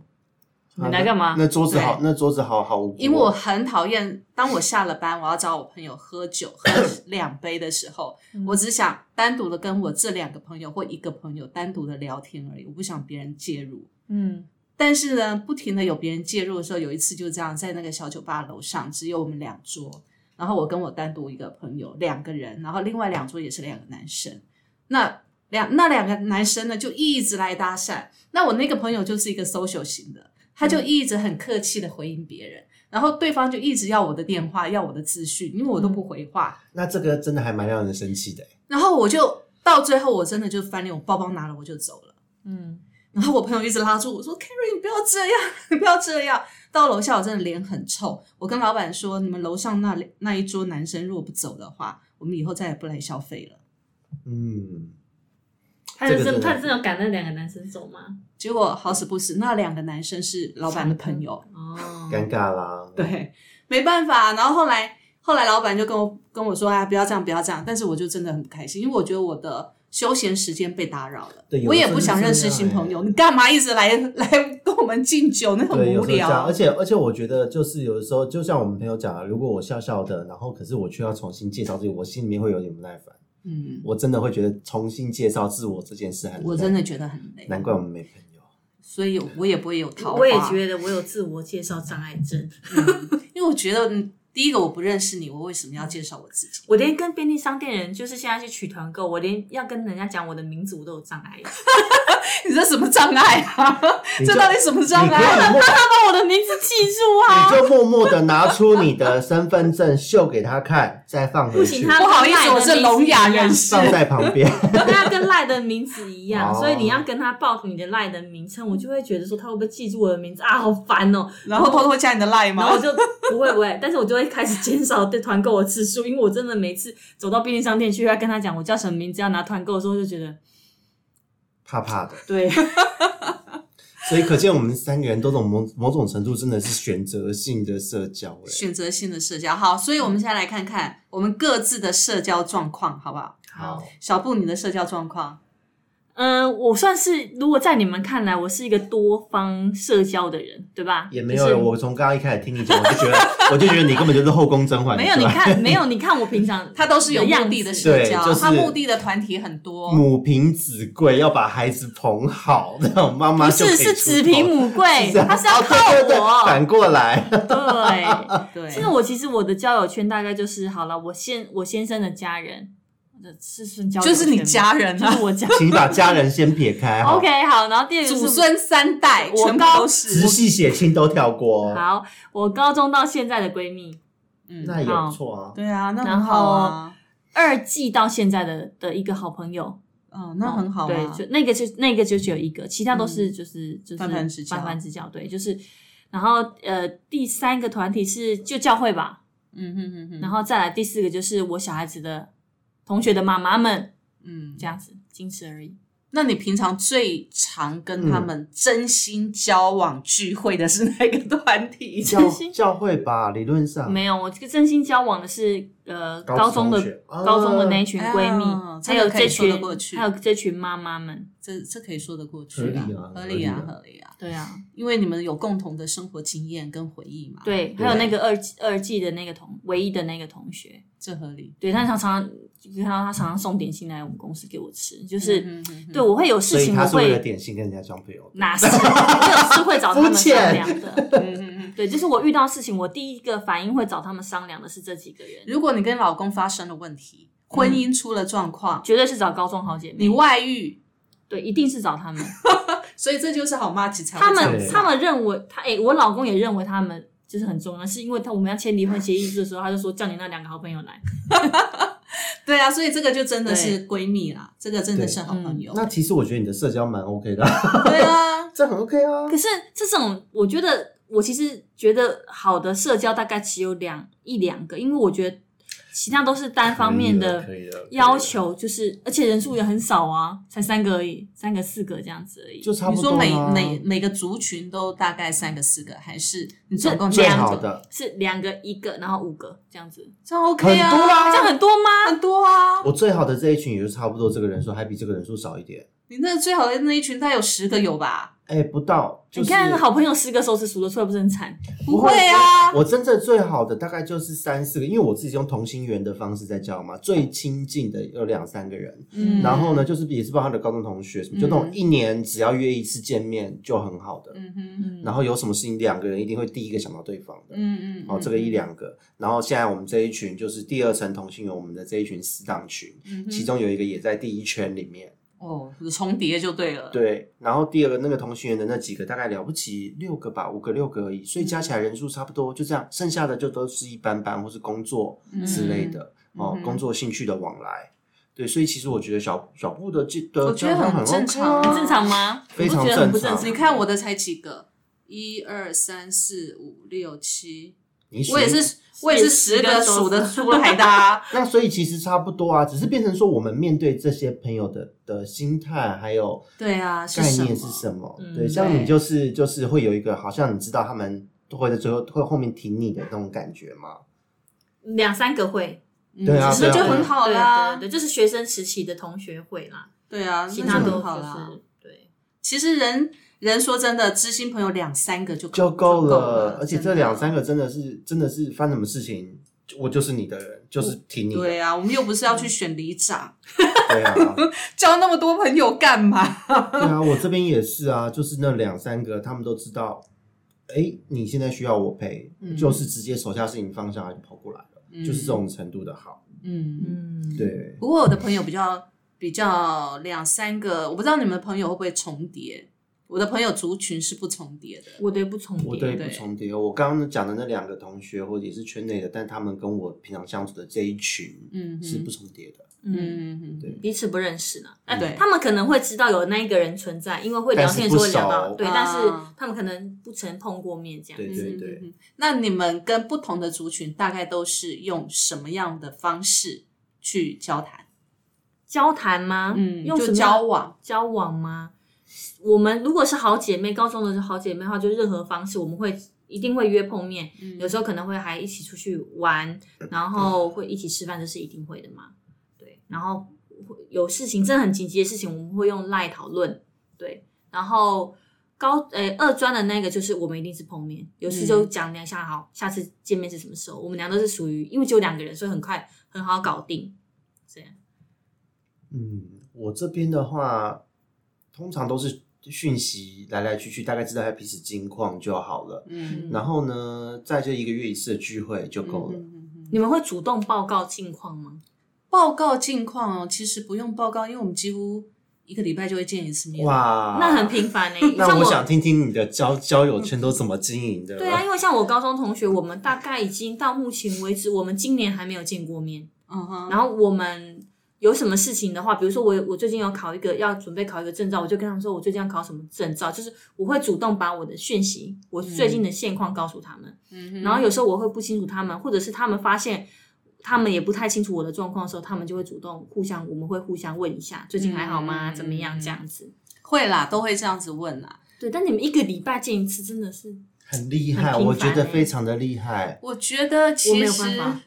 Speaker 1: 嗯
Speaker 4: 你来干嘛
Speaker 3: 那？那桌子好，那桌子好好无辜哦。
Speaker 1: 因为我很讨厌，当我下了班我要找我朋友喝酒喝两杯的时候，我只想单独的跟我这两个朋友或一个朋友单独的聊天而已，我不想别人介入。
Speaker 4: 嗯，
Speaker 1: 但是呢，不停的有别人介入的时候，有一次就这样，在那个小酒吧楼上，只有我们两桌，然后我跟我单独一个朋友两个人，然后另外两桌也是两个男生。那两那两个男生呢，就一直来搭讪。那我那个朋友就是一个 social 型的，他就一直很客气的回应别人，然后对方就一直要我的电话，要我的资讯，因为我都不回话。
Speaker 3: 那这个真的还蛮让人生气的欸。
Speaker 1: 然后我就到最后，我真的就翻脸，我包包拿了我就走了。
Speaker 4: 嗯，
Speaker 1: 然后我朋友一直拉住我说：“Carrie，你不要这样，你不要这样。”到楼下我真的脸很臭，我跟老板说：“你们楼上那里那一桌男生如果不走的话，我们以后再也不来消费了。
Speaker 3: 嗯，
Speaker 5: 他是
Speaker 3: 这个
Speaker 5: 真
Speaker 3: 真的
Speaker 5: 他真的有赶那两个男生走吗？
Speaker 1: 结果好死不死，那两个男生是老板的朋友，
Speaker 5: 哦，
Speaker 3: 尴尬啦。，
Speaker 1: 嗯对，没办法。啊然后后来后来老板就跟我跟我说啊，不要这样，不要这样。但是我就真的很不开心，因为我觉得我的休闲时间被打扰了
Speaker 3: 对，有
Speaker 1: 我
Speaker 3: 的
Speaker 1: 也
Speaker 3: 时候
Speaker 1: 不
Speaker 3: 是
Speaker 1: 想
Speaker 3: 这
Speaker 1: 认识
Speaker 3: 样
Speaker 1: 新
Speaker 3: 欸
Speaker 1: 朋友，你干嘛一直来 [laughs] 来跟我们敬酒？那很
Speaker 3: 对，有
Speaker 1: 无
Speaker 3: 时候这样，
Speaker 1: 聊
Speaker 3: 而。且而且我觉得就是有的时候，就像我们朋友讲的，如果我笑笑的，然后可是我却要重新介绍自己，我心里面会有点不耐烦。
Speaker 1: 嗯，
Speaker 3: 我真的会觉得重新介绍自我这件事很，
Speaker 1: 我真的，觉得很累，
Speaker 3: 难怪我们没朋友。
Speaker 1: 所以我也不会有桃花。
Speaker 4: 我也觉得我有自我介绍障碍症，
Speaker 1: 因为我觉得嗯第一个我不认识你，我为什么要介绍我自己？ [laughs]
Speaker 4: 我连跟便利商店人，就是现在去取团购，我连要跟人家讲我的民族都有
Speaker 3: [laughs]
Speaker 4: 障碍。
Speaker 1: 你这什么障碍啊？
Speaker 3: 你就
Speaker 1: 这到底什么障
Speaker 3: 你
Speaker 1: 碍
Speaker 4: [laughs]
Speaker 1: 啊？
Speaker 3: 可以默
Speaker 4: 把我的名字记住啊！
Speaker 3: 你就默默的拿出你的身份证秀给他看，再放回
Speaker 4: 不
Speaker 3: 去
Speaker 4: 行，，他
Speaker 1: 不好意思，我是聋哑人士。
Speaker 3: 放在旁边。 [laughs]
Speaker 4: 他跟赖的名字一样，
Speaker 3: 哦
Speaker 4: 所以你要跟他报你的赖的名称，我就会觉得说他会不会记住我的名字啊？好烦哦！
Speaker 1: 然后偷偷加你的 line
Speaker 4: 然后我
Speaker 1: 吗？
Speaker 4: 就不会不会，但是我就会开始减少对团购的次数，因为我真的每次走到便利商店去要跟他讲我叫什么名字，要拿团购的时候就觉
Speaker 1: [laughs]
Speaker 4: 得
Speaker 3: 怕怕的，
Speaker 4: 对，
Speaker 3: 所以可见我们三个人都懂某某种程度真的是选择性的社交、
Speaker 1: [laughs]
Speaker 3: 欸，
Speaker 1: 选择性的社交，好，所以我们现在来看看我们各自的社交状况，好不好？
Speaker 3: 好，
Speaker 1: 小布，你的社交状况，
Speaker 4: [laughs] 嗯，我算是如果在你们看来，我是一个多方社交的人，对吧？
Speaker 3: 也没有、
Speaker 4: 就是
Speaker 3: 我从刚刚一开始听你讲，我就觉得 [laughs] 我就觉得你根本就是后宫甄嬛
Speaker 4: [laughs] 没有，
Speaker 3: 传，
Speaker 4: 你看没有，你看我平常
Speaker 1: [laughs] 他都是有目的的
Speaker 4: 样子
Speaker 1: 社交，
Speaker 3: 对就是
Speaker 1: 他目的的团体很
Speaker 4: 哦
Speaker 1: 多。
Speaker 3: 母凭子贵，要把孩子捧好，那种妈妈
Speaker 4: 不
Speaker 3: 就是可以
Speaker 4: 是
Speaker 3: 出
Speaker 4: 子
Speaker 3: 头 [laughs]
Speaker 4: 凭母贵，
Speaker 3: 这样
Speaker 4: 他是要
Speaker 3: 哦
Speaker 4: 靠
Speaker 3: 对对对
Speaker 4: 我。
Speaker 3: 反过
Speaker 4: [laughs]
Speaker 3: 来， [laughs]
Speaker 4: 对，
Speaker 1: 对，
Speaker 4: [laughs] 现在我其实我的交友圈大概就是好了，我先我先生的家人，我的是是交友圈
Speaker 1: 就是你
Speaker 4: 吗，
Speaker 1: 家人
Speaker 4: 就是
Speaker 1: 啊，[laughs]
Speaker 4: 我家。
Speaker 3: 请把家人先撇开哈
Speaker 4: OK，好，然后第二个就是
Speaker 1: 祖孙三代
Speaker 4: 我
Speaker 1: 全部
Speaker 4: 高
Speaker 1: 都
Speaker 3: 直
Speaker 1: 是。
Speaker 3: 系血亲都跳过哦，
Speaker 4: 好，我高中到现在的闺蜜，
Speaker 1: 嗯
Speaker 3: 那也不错啊。
Speaker 1: 对啊，那很好啊，
Speaker 4: 二季到现在的的一个好朋友，
Speaker 1: 哦，那很好
Speaker 4: 对，
Speaker 1: 啊。嗯
Speaker 4: 就那个就那个就只有一个，其他都是就是、就是
Speaker 1: 泛泛之交
Speaker 4: 泛泛之交，对，就是。然后呃，第三个团体是就教会吧，
Speaker 1: 嗯哼哼哼，
Speaker 4: 然后再来第四个就是我小孩子的同学的妈妈们，
Speaker 1: 嗯，
Speaker 4: 这样子，仅此而已。
Speaker 1: 那你平常最常跟他们真心交往聚会的是哪个团
Speaker 3: [laughs]
Speaker 1: 体？
Speaker 3: [laughs] 教
Speaker 4: 真心
Speaker 3: 教会吧，理论
Speaker 1: 嗯
Speaker 3: 上
Speaker 4: 没有，我这个真心交往的是呃高中
Speaker 3: 同
Speaker 4: 的
Speaker 3: 学啊
Speaker 4: 高中的那一群
Speaker 1: 哎呀
Speaker 4: 闺蜜，还
Speaker 1: 这个
Speaker 4: 有
Speaker 1: 可以
Speaker 4: 这
Speaker 1: 说得
Speaker 4: 群
Speaker 1: 过去
Speaker 4: 还有这群妈妈们。
Speaker 1: 这这可以说得过去
Speaker 3: 合理
Speaker 1: 啊
Speaker 3: 啊，
Speaker 1: 合理啊，
Speaker 3: 合理啊
Speaker 1: 合理啊，
Speaker 4: 对啊，
Speaker 1: 因为你们有共同的生活经验跟回忆嘛，，
Speaker 4: 对，还有那个二季二季的那个同唯一的那个同学，
Speaker 1: 这合理。
Speaker 4: 对他常常就看到他常常送点心来我们公司给我吃，就是、
Speaker 1: 嗯哼哼哼
Speaker 4: 对我会有
Speaker 3: 所
Speaker 4: 事
Speaker 3: 以
Speaker 4: 情
Speaker 3: 他
Speaker 4: 我
Speaker 3: 是为了
Speaker 4: 会
Speaker 3: 点心跟人家装朋友。
Speaker 4: 哪是没有是会找他们
Speaker 3: 肤浅
Speaker 4: 商量的。
Speaker 1: 嗯嗯嗯。
Speaker 4: 对，就是我遇到事情，我第一个反应会找他们商量的是这几个人，
Speaker 1: 如果你跟老公发生了问题，
Speaker 4: 嗯
Speaker 1: 婚姻出了状况，
Speaker 4: 绝对是找高中好姐
Speaker 1: 你
Speaker 4: 妹，
Speaker 1: 外遇，
Speaker 4: 对，一定是找他们。
Speaker 1: 所以这就是好妈吉才会
Speaker 4: 他
Speaker 1: 这样
Speaker 4: 们
Speaker 1: 子
Speaker 4: 他们认为他哎、我老公也认为他们就是很重要，是因为他我们要签离婚协议书的时候，他就说叫你那两个好朋友来。
Speaker 1: 对啊，所以这个就真的是闺蜜啦，这个真的是好
Speaker 4: 嗯
Speaker 1: 朋友。
Speaker 3: 那其实我觉得你的社交蛮 OK 的， [laughs]
Speaker 1: 对啊，
Speaker 3: 这很 OK 啊
Speaker 4: 可。是这种我觉得我其实觉得好的社交大概只有两一两个，因为我觉得其他都是单方面的
Speaker 3: 可以了可以了
Speaker 4: 要求，就是而且人数也很少啊，才三个而已，三个四个这样子而已。
Speaker 3: 就差
Speaker 1: 你
Speaker 3: 不多啊
Speaker 1: 说每
Speaker 3: 啦
Speaker 1: 每每个族群都大概三个四个，还是你总共
Speaker 3: 哎最
Speaker 1: 这样
Speaker 3: 好
Speaker 1: 子
Speaker 3: 的
Speaker 4: 是两个一个，然后五个这样子，
Speaker 1: 这样 OK 啊，
Speaker 3: 很多啊
Speaker 4: 这样很多吗？
Speaker 1: 很多啊。
Speaker 3: 我最好的这一群也就差不多这个人数，还比这个人数少一点。
Speaker 1: 你那最好的那一群，大概有十个有吧？
Speaker 3: 哎，不到，就是
Speaker 4: 你看好朋友十个手指数得出来，不是很惨？
Speaker 1: 不会啊，
Speaker 3: 我真正最好的大概就是三四个，因为我自己用同心圆的方式在交嘛，最亲近的有两三个人，
Speaker 1: 嗯
Speaker 3: 然后呢，就是也是包括他的高中同学，什么就那种
Speaker 1: 嗯
Speaker 3: 一年只要约一次见面就很好的，
Speaker 1: 嗯哼，
Speaker 3: 然后有什么事情两个人一定会第一个想到对方的。
Speaker 1: 嗯嗯，
Speaker 3: 哦，这个一两个，然后现在我们这一群就是第二层同心圆，我们的这一群死党群，
Speaker 1: 嗯哼，
Speaker 3: 其中有一个也在第一圈里面，
Speaker 1: 哦重叠就对了，，
Speaker 3: 对，然后第二个那个同心圆的那几个大概了不起六个吧，五个六个而已，所以加起来人数差不多就这样，剩下的就都是一般般或是工作之类的、哦
Speaker 1: 嗯，
Speaker 3: 工作兴趣的往来。对，所以其实我觉得小小布的呃这的
Speaker 1: 我觉得
Speaker 3: 交往
Speaker 1: 很正
Speaker 3: 很 OK
Speaker 1: 常
Speaker 3: 啊
Speaker 4: 很嗯正常吗？
Speaker 3: 非常
Speaker 4: 我不觉得很不
Speaker 3: 正
Speaker 4: 正
Speaker 3: 常
Speaker 4: 常。
Speaker 1: 你看我的才几个，一二三四五六七，
Speaker 3: 你属于
Speaker 1: 我也是，我也是十个数得出来的、啊。
Speaker 3: 那所以其实差不多啊，只是变成说我们面对这些朋友的的心态还有
Speaker 1: 对啊，
Speaker 3: 概
Speaker 1: 什么
Speaker 3: 念是什么？
Speaker 4: 嗯
Speaker 3: 对，像
Speaker 1: 对
Speaker 3: 你就是就是会有一个好像你知道他们会在最后会后面挺你的那种感觉嘛。
Speaker 4: 两三个会，
Speaker 1: 嗯
Speaker 3: 对啊
Speaker 1: 其实
Speaker 3: 对
Speaker 1: 就
Speaker 3: 啊
Speaker 1: 很好啦
Speaker 4: 对。对对，就是学生时期的同学会啦，
Speaker 1: 对啊，
Speaker 4: 其
Speaker 1: 那
Speaker 4: 他
Speaker 1: 就
Speaker 4: 都
Speaker 1: 很好
Speaker 4: 就
Speaker 1: 啦。
Speaker 4: 是对，
Speaker 1: 其实人人说真的，知心朋友两三个就
Speaker 3: 就
Speaker 1: 够
Speaker 3: 够
Speaker 1: 了，
Speaker 3: 了，而且
Speaker 1: 真
Speaker 3: 这
Speaker 1: 的
Speaker 3: 两三个真的是真的是发生什么事情，就我就是你的人，就是挺你的，
Speaker 1: 对啊，我们又不是要去选里长，
Speaker 3: 对啊，
Speaker 1: [laughs] 交那么多朋友干嘛？
Speaker 3: 对啊，我这边也是啊，就是那两三个他们都知道，哎，你现在需要我陪，
Speaker 1: 嗯
Speaker 3: 就是直接手下事情放下来就跑过来了， [laughs] 就是这种程度的好，
Speaker 1: 嗯，嗯。
Speaker 4: 嗯，
Speaker 3: 对，
Speaker 1: 不过我的朋友比较比较两三个，我不知道你们的朋友会不会重叠。我的朋友族群是不重叠的，
Speaker 4: 我对不重
Speaker 3: 我
Speaker 4: 叠
Speaker 3: 对，不重叠。我刚刚讲的那两个同学，或者也是圈内的，但他们跟我平常相处的这一群，
Speaker 1: 嗯哼
Speaker 3: 是不重叠的。
Speaker 4: 嗯。
Speaker 1: 嗯嗯
Speaker 3: 对
Speaker 4: 彼此不认识呢，哎
Speaker 1: 对嗯
Speaker 4: 他们可能会知道有那一个人存在，因为会聊天的时候会聊
Speaker 3: 但是
Speaker 4: 到，
Speaker 3: 不熟
Speaker 4: 对，
Speaker 1: 啊
Speaker 4: 但是他们可能不曾碰过面这样
Speaker 3: 对
Speaker 1: 嗯
Speaker 4: 子。
Speaker 3: 对
Speaker 1: 嗯
Speaker 3: 对
Speaker 1: 嗯嗯那你们跟不同的族群大概都是用什么样的方式去交谈？
Speaker 4: 交谈吗？
Speaker 1: 嗯，
Speaker 4: 用什
Speaker 1: 就
Speaker 4: 么
Speaker 1: 交往，
Speaker 4: 交往吗？我们如果是好姐妹，高中的是好姐妹的话，就任何方式我们会一定会约碰面，
Speaker 1: 嗯
Speaker 4: 有时候可能会还一起出去玩，然后会一起吃饭，这是一定会的嘛。对，然后会有事情真的很紧急的事情，我们会用赖讨论。对，然后高诶、二专的那个就是我们一定是碰面，有事
Speaker 3: 嗯
Speaker 4: 就讲两下好，下次见面是什么时候？我们俩都是属于因为只有两个人，所以很快很好搞定。这样，
Speaker 3: 嗯，我这边的话，通常都是讯息来来去去，大概知道一下彼此近况就好了。
Speaker 1: 嗯，
Speaker 3: 然后呢，在这一个月一次的聚会就够了。
Speaker 1: 嗯嗯嗯嗯
Speaker 4: 你们会主动报告近况吗？
Speaker 1: 报告近况哦，其实不用报告，因为我们几乎一个礼拜就会见一次面。，
Speaker 3: 哇，
Speaker 4: 那很。频繁呢、
Speaker 3: 啊 [laughs]
Speaker 4: 欸
Speaker 3: 那
Speaker 4: 像
Speaker 3: 我
Speaker 4: 我
Speaker 3: 想听听你的交交友圈都怎么经营的。
Speaker 4: 对啊，因为像我高中同学，我们大概已经到目前为止，我们今年还没有见过面。
Speaker 1: 嗯哼，
Speaker 4: 然后我们有什么事情的话，比如说我我最近要考一个要准备考一个证照，我就跟他们说我最近要考什么证照，就是我会主动把我的讯息、我最近的现况告诉他们。
Speaker 1: 嗯哼
Speaker 4: 然后有时候我会不清楚他们，或者是他们发现。他们也不太清楚我的状况的时候，他们就会主动互相，我们会互相问一下最近还好吗？
Speaker 1: 嗯
Speaker 4: 怎么样？这样子。
Speaker 1: 会啦，都会这样子问啦。
Speaker 4: 对，但你们一个礼拜见一次，真的是
Speaker 3: 很厉害，
Speaker 4: 很频繁
Speaker 3: 我觉得
Speaker 4: 欸
Speaker 3: 非常的厉害。
Speaker 1: 我觉得
Speaker 4: 我
Speaker 1: 其
Speaker 4: 没有
Speaker 1: 实
Speaker 4: 办法，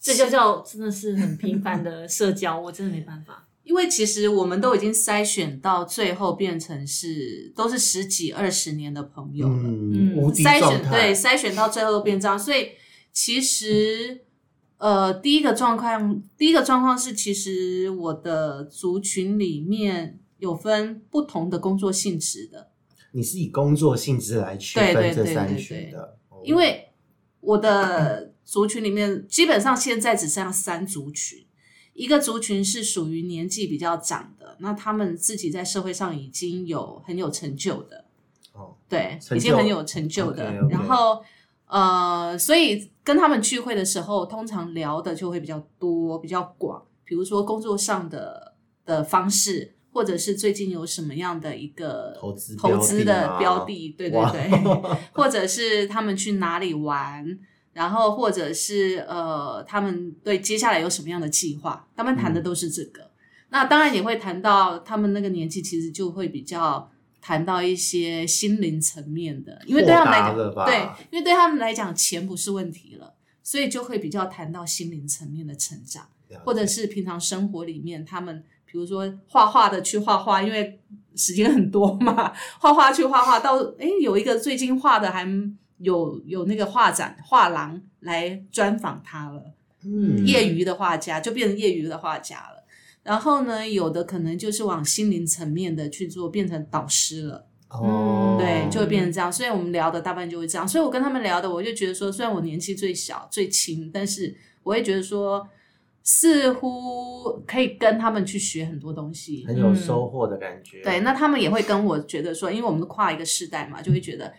Speaker 4: 这就叫真的是很频繁的社交，我真的没办法。
Speaker 1: 因为其实我们都已经筛选到最后变成是都是十几二十年的朋友了，
Speaker 3: 嗯，
Speaker 4: 嗯
Speaker 3: 无敌
Speaker 1: 筛
Speaker 3: 状
Speaker 1: 选对
Speaker 3: 态。
Speaker 1: 筛选到最后都变这样，所以其实呃第一个状况第一个状况是，其实我的族群里面有分不同的工作性质的，
Speaker 3: 你是以工作性质来区
Speaker 1: 对
Speaker 3: 分
Speaker 1: 对
Speaker 3: 这
Speaker 1: 对
Speaker 3: 三
Speaker 1: 对
Speaker 3: 群
Speaker 1: 对
Speaker 3: 的，哦
Speaker 1: 因为我的族群里面，基本上现在只剩下三族群，一个族群是属于年纪比较长的，那他们自己在社会上已经有很有成就的，
Speaker 3: 哦
Speaker 1: 对，
Speaker 3: 成就
Speaker 1: 已经很有成就的。
Speaker 3: OK，OK
Speaker 1: 然后呃，所以跟他们聚会的时候，通常聊的就会比较多、比较广，比如说工作上的的方式。或者是最近有什么样的一个
Speaker 3: 投资
Speaker 1: 投资的
Speaker 3: 标的
Speaker 1: 标
Speaker 3: 啊
Speaker 1: 的，对对
Speaker 3: 哇
Speaker 1: 对，
Speaker 3: [laughs]
Speaker 1: 或者是他们去哪里玩，然后或者是呃，他们对接下来有什么样的计划，他们谈
Speaker 3: 嗯
Speaker 1: 的都是这个。那当然也会谈到他们那个年纪，其实就会比较谈到一些心灵层面的，因为对他们来
Speaker 3: 豁达了吧
Speaker 1: 讲，对，因为对他们来讲，钱不是问题了，所以就会比较谈到心灵层面的成长。
Speaker 3: 了解
Speaker 1: 或者是平常生活里面，他们比如说画画的去画画，因为时间很多嘛，画画去画画到诶有一个最近画的还有有那个画展画廊来专访他了，
Speaker 3: 嗯
Speaker 1: 业余的画家就变成业余的画家了。然后呢，有的可能就是往心灵层面的去做，变成导师了。嗯
Speaker 3: 哦，
Speaker 1: 对，就会变成这样。所以我们聊的大半就会这样。所以我跟他们聊的，我就觉得说，虽然我年纪最小最轻，但是我会觉得说，似乎可以跟他们去学很多东西。
Speaker 3: 很有收获的感觉。
Speaker 1: 嗯对，那他们也会跟我觉得说，因为我们跨一个世代嘛，就会觉得，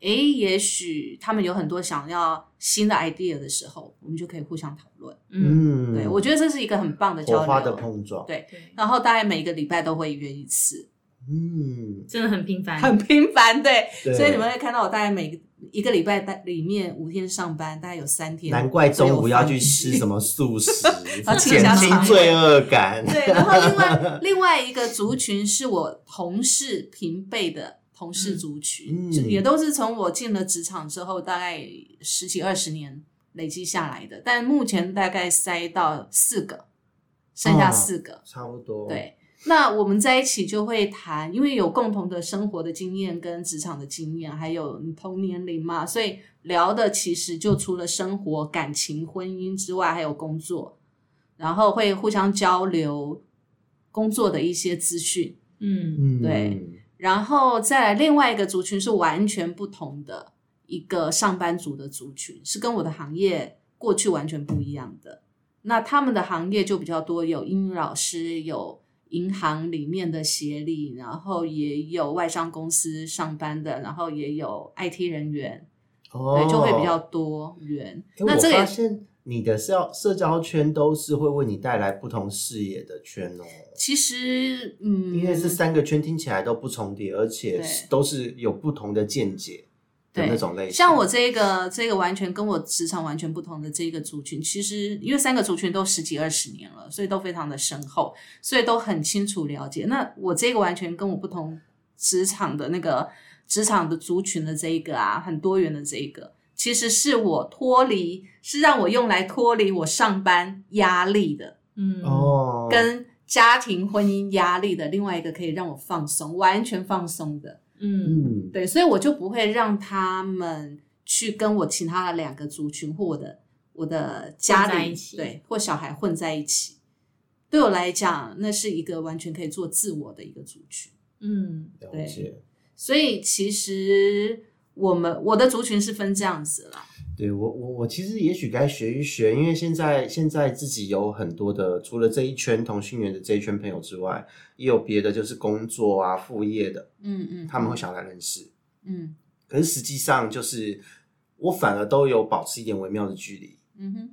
Speaker 1: 诶，也许他们有很多想要新的 idea 的时候，我们就可以互相讨论。
Speaker 4: 嗯，
Speaker 3: 嗯，
Speaker 1: 对，我觉得这是一个很棒的交
Speaker 3: 火
Speaker 1: 流。
Speaker 3: 花的碰撞，
Speaker 1: 对
Speaker 4: 对，
Speaker 1: 然后大概每个礼拜都会约一次，
Speaker 3: 嗯，
Speaker 5: 真的很频繁。
Speaker 1: 很频繁，对，
Speaker 3: 对
Speaker 1: 所以你们会看到我大概每一个礼拜大里面五天上班，大概有三天。
Speaker 3: 难怪中午要去吃什么素食
Speaker 1: [laughs] 要，清
Speaker 3: 减
Speaker 1: 一下
Speaker 3: 轻
Speaker 1: 肠胃
Speaker 3: 罪恶感。
Speaker 1: 对，然后另外另外一个族群是我同事平辈的同事族群，
Speaker 3: 嗯
Speaker 1: 就也都是从我进了职场之后，大概十几二十年累积下来的，但目前大概塞到四个，剩下
Speaker 3: 哦
Speaker 1: 四个。
Speaker 3: 差不多，
Speaker 1: 对，那我们在一起就会谈，因为有共同的生活的经验跟职场的经验，还有你同年龄嘛，所以聊的其实就除了生活、感情、婚姻之外，还有工作，然后会互相交流工作的一些资讯，
Speaker 5: 嗯，
Speaker 3: 嗯，
Speaker 1: 对然后再来另外一个族群是完全不同的一个上班族的族群，是跟我的行业过去完全不一样的。那他们的行业就比较多，有英语老师，有银行里面的协理，然后也有外商公司上班的，然后也有 IT 人员，
Speaker 3: 哦，
Speaker 1: 对，就会比较多元。
Speaker 3: 诶
Speaker 1: 那
Speaker 3: 我
Speaker 1: 这个
Speaker 3: 发
Speaker 1: 也
Speaker 3: 现你的社社交圈都是会为你带来不同视野的圈哦，
Speaker 1: 其实，嗯，
Speaker 3: 因为这三个圈听起来都不重叠，而且
Speaker 1: 对
Speaker 3: 都是有不同的见解的
Speaker 1: 对
Speaker 3: 那种类型。
Speaker 1: 像我这个这个完全跟我职场完全不同的这个族群，其实因为三个族群都十几二十年了，所以都非常的深厚，所以都很清楚了解。那我这个完全跟我不同职场的那个职场的族群的这一个啊，很多元的这一个，其实是我脱离，是让我用来脱离我上班压力的，
Speaker 5: 嗯，
Speaker 3: 哦，
Speaker 1: 跟家庭婚姻压力的另外一个可以让我放松，完全放松的。
Speaker 5: 嗯，
Speaker 3: 嗯，
Speaker 1: 对，所以我就不会让他们去跟我其他的两个族群或我的我的家
Speaker 5: 混在
Speaker 1: 里
Speaker 5: 一起
Speaker 1: 对或小孩混在一起。对我来讲，那是一个完全可以做自我的一个族群。
Speaker 5: 嗯，
Speaker 3: 了解。
Speaker 1: 所以其实我们我的族群是分这样子啦，
Speaker 3: 对我我我其实也许该学一学，因为现在现在自己有很多的，除了这一圈同性缘的这一圈朋友之外，也有别的，就是工作啊、副业的，
Speaker 1: 嗯嗯，
Speaker 3: 他们会想来认识。
Speaker 1: 嗯
Speaker 3: 可是实际上就是我反而都有保持一点微妙的距离，
Speaker 1: 嗯哼，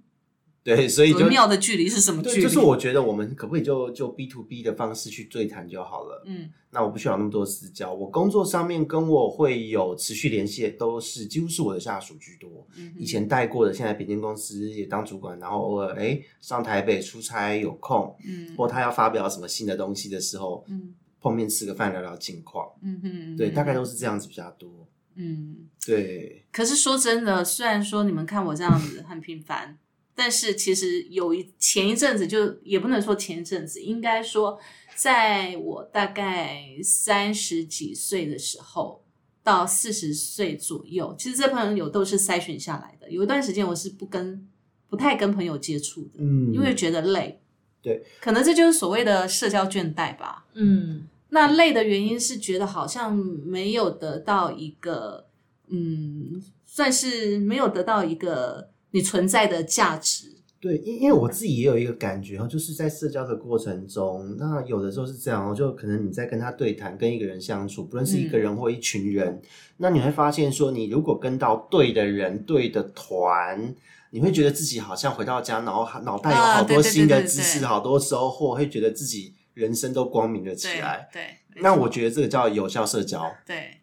Speaker 3: 对，所以就
Speaker 1: 微妙的距离是什么距
Speaker 3: 对，
Speaker 1: 离？
Speaker 3: 就是我觉得我们可不可以就就 B to B 的方式去对谈就好了。
Speaker 1: 嗯
Speaker 3: 那我不需要那么多私交，我工作上面跟我会有持续联系，的都是几乎是我的下属居多。
Speaker 1: 嗯哼，
Speaker 3: 以前带过的，现在别间公司也当主管，然后偶尔哎上台北出差有空，
Speaker 1: 嗯
Speaker 3: 或他要发表什么新的东西的时候，
Speaker 1: 嗯
Speaker 3: 碰面吃个饭聊聊近况，
Speaker 1: 嗯哼，
Speaker 3: 对，大概都
Speaker 1: 是
Speaker 3: 是这样子比较多。
Speaker 1: 嗯。
Speaker 3: 对，
Speaker 1: 可是说真的，虽然说你们看我这样子很频繁，但是其实有一前一阵子就也不能说前一阵子，应该说在我大概三十几岁的时候到四十岁左右，其实这朋友都是筛选下来的。有一段时间我是不跟不太跟朋友接触的，
Speaker 3: 嗯，
Speaker 1: 因为觉得累。
Speaker 3: 对，
Speaker 1: 可能这就是所谓的社交倦怠吧。
Speaker 5: 嗯，
Speaker 1: 那累的原因是觉得好像没有得到一个，嗯，算是没有得到一个你存在的价值。
Speaker 3: 对，因因为我自己也有一个感觉哦，就是在社交的过程中，那有的时候是这样哦，就可能你在跟他对谈，跟一个人相处，不论是一
Speaker 1: 嗯
Speaker 3: 个人或一群人，那你会发现说，你如果跟到对的人、对的团，你会觉得自己好像回到家，然后脑袋有
Speaker 1: 啊
Speaker 3: 好
Speaker 1: 对
Speaker 3: 多
Speaker 1: 对
Speaker 3: 新
Speaker 1: 对
Speaker 3: 的
Speaker 1: 对
Speaker 3: 知
Speaker 1: 对
Speaker 3: 识，好多收获，会觉得自己人生都光明了起来。
Speaker 1: 对，
Speaker 3: 那我觉得这个叫有效社交。
Speaker 1: 对，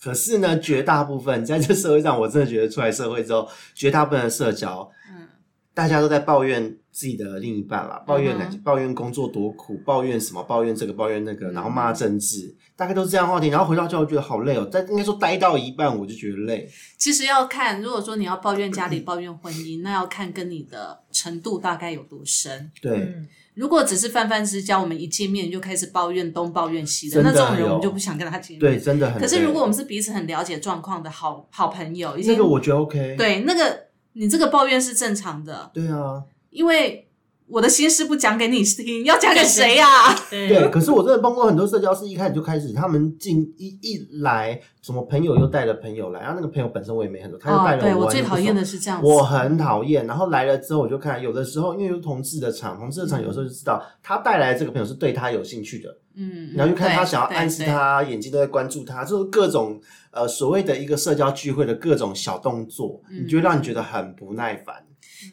Speaker 3: 可是呢，绝大部分在这社会上，我真的觉得出来社会之后，绝大部分的社交
Speaker 1: 嗯，
Speaker 3: 大家都在抱怨自己的另一半啦，抱怨感情、抱怨工作多苦，抱怨什么，抱怨这个，抱怨那个，
Speaker 1: 嗯
Speaker 3: 然后骂政治，大概都是这样的话题。然后回到家，我觉得好累哦。但应该说待到一半，我就觉得累。
Speaker 1: 其实要看，如果说你要抱怨家里、抱怨婚姻，那要看跟你的程度大概有多深。
Speaker 3: 对，
Speaker 5: 嗯，
Speaker 1: 如果只是泛泛之交，我们一见面就开始抱怨东抱怨西的，
Speaker 3: 真的
Speaker 1: 那这种人
Speaker 3: 有
Speaker 1: 我们就不想跟他见面。
Speaker 3: 对，。真的很累。
Speaker 1: 可是如果我们是彼此很了解状况的好好朋友，已经
Speaker 3: 这个我觉得 OK，
Speaker 1: 对那个你这个抱怨是正常的，
Speaker 3: 对啊，
Speaker 1: 因为我的心事不讲给你听，要讲给谁啊呀、
Speaker 3: 对。
Speaker 5: 对，
Speaker 3: 可是我真的碰过很多社交是一开始就开始，他们进一一来，什么朋友又带了朋友来，然后那个朋友本身我也没很多，他又带
Speaker 1: 哦，
Speaker 3: 了
Speaker 1: 对
Speaker 3: 我
Speaker 1: 我
Speaker 3: 很
Speaker 1: 最
Speaker 3: 多
Speaker 1: 讨厌的是这样子，
Speaker 3: 我很讨厌。然后来了之后，我就看，有的时候因为有同志的场，同志的场有时候就知道他带来的这个朋友是对他有兴趣的，
Speaker 1: 嗯，
Speaker 3: 然后就看他想要
Speaker 1: 对
Speaker 3: 暗示，
Speaker 1: 对对
Speaker 3: 他，眼睛都在关注他，就是各种呃所谓的一个社交聚会的各种小动作，
Speaker 1: 嗯
Speaker 3: 你就会让你觉得很不耐烦。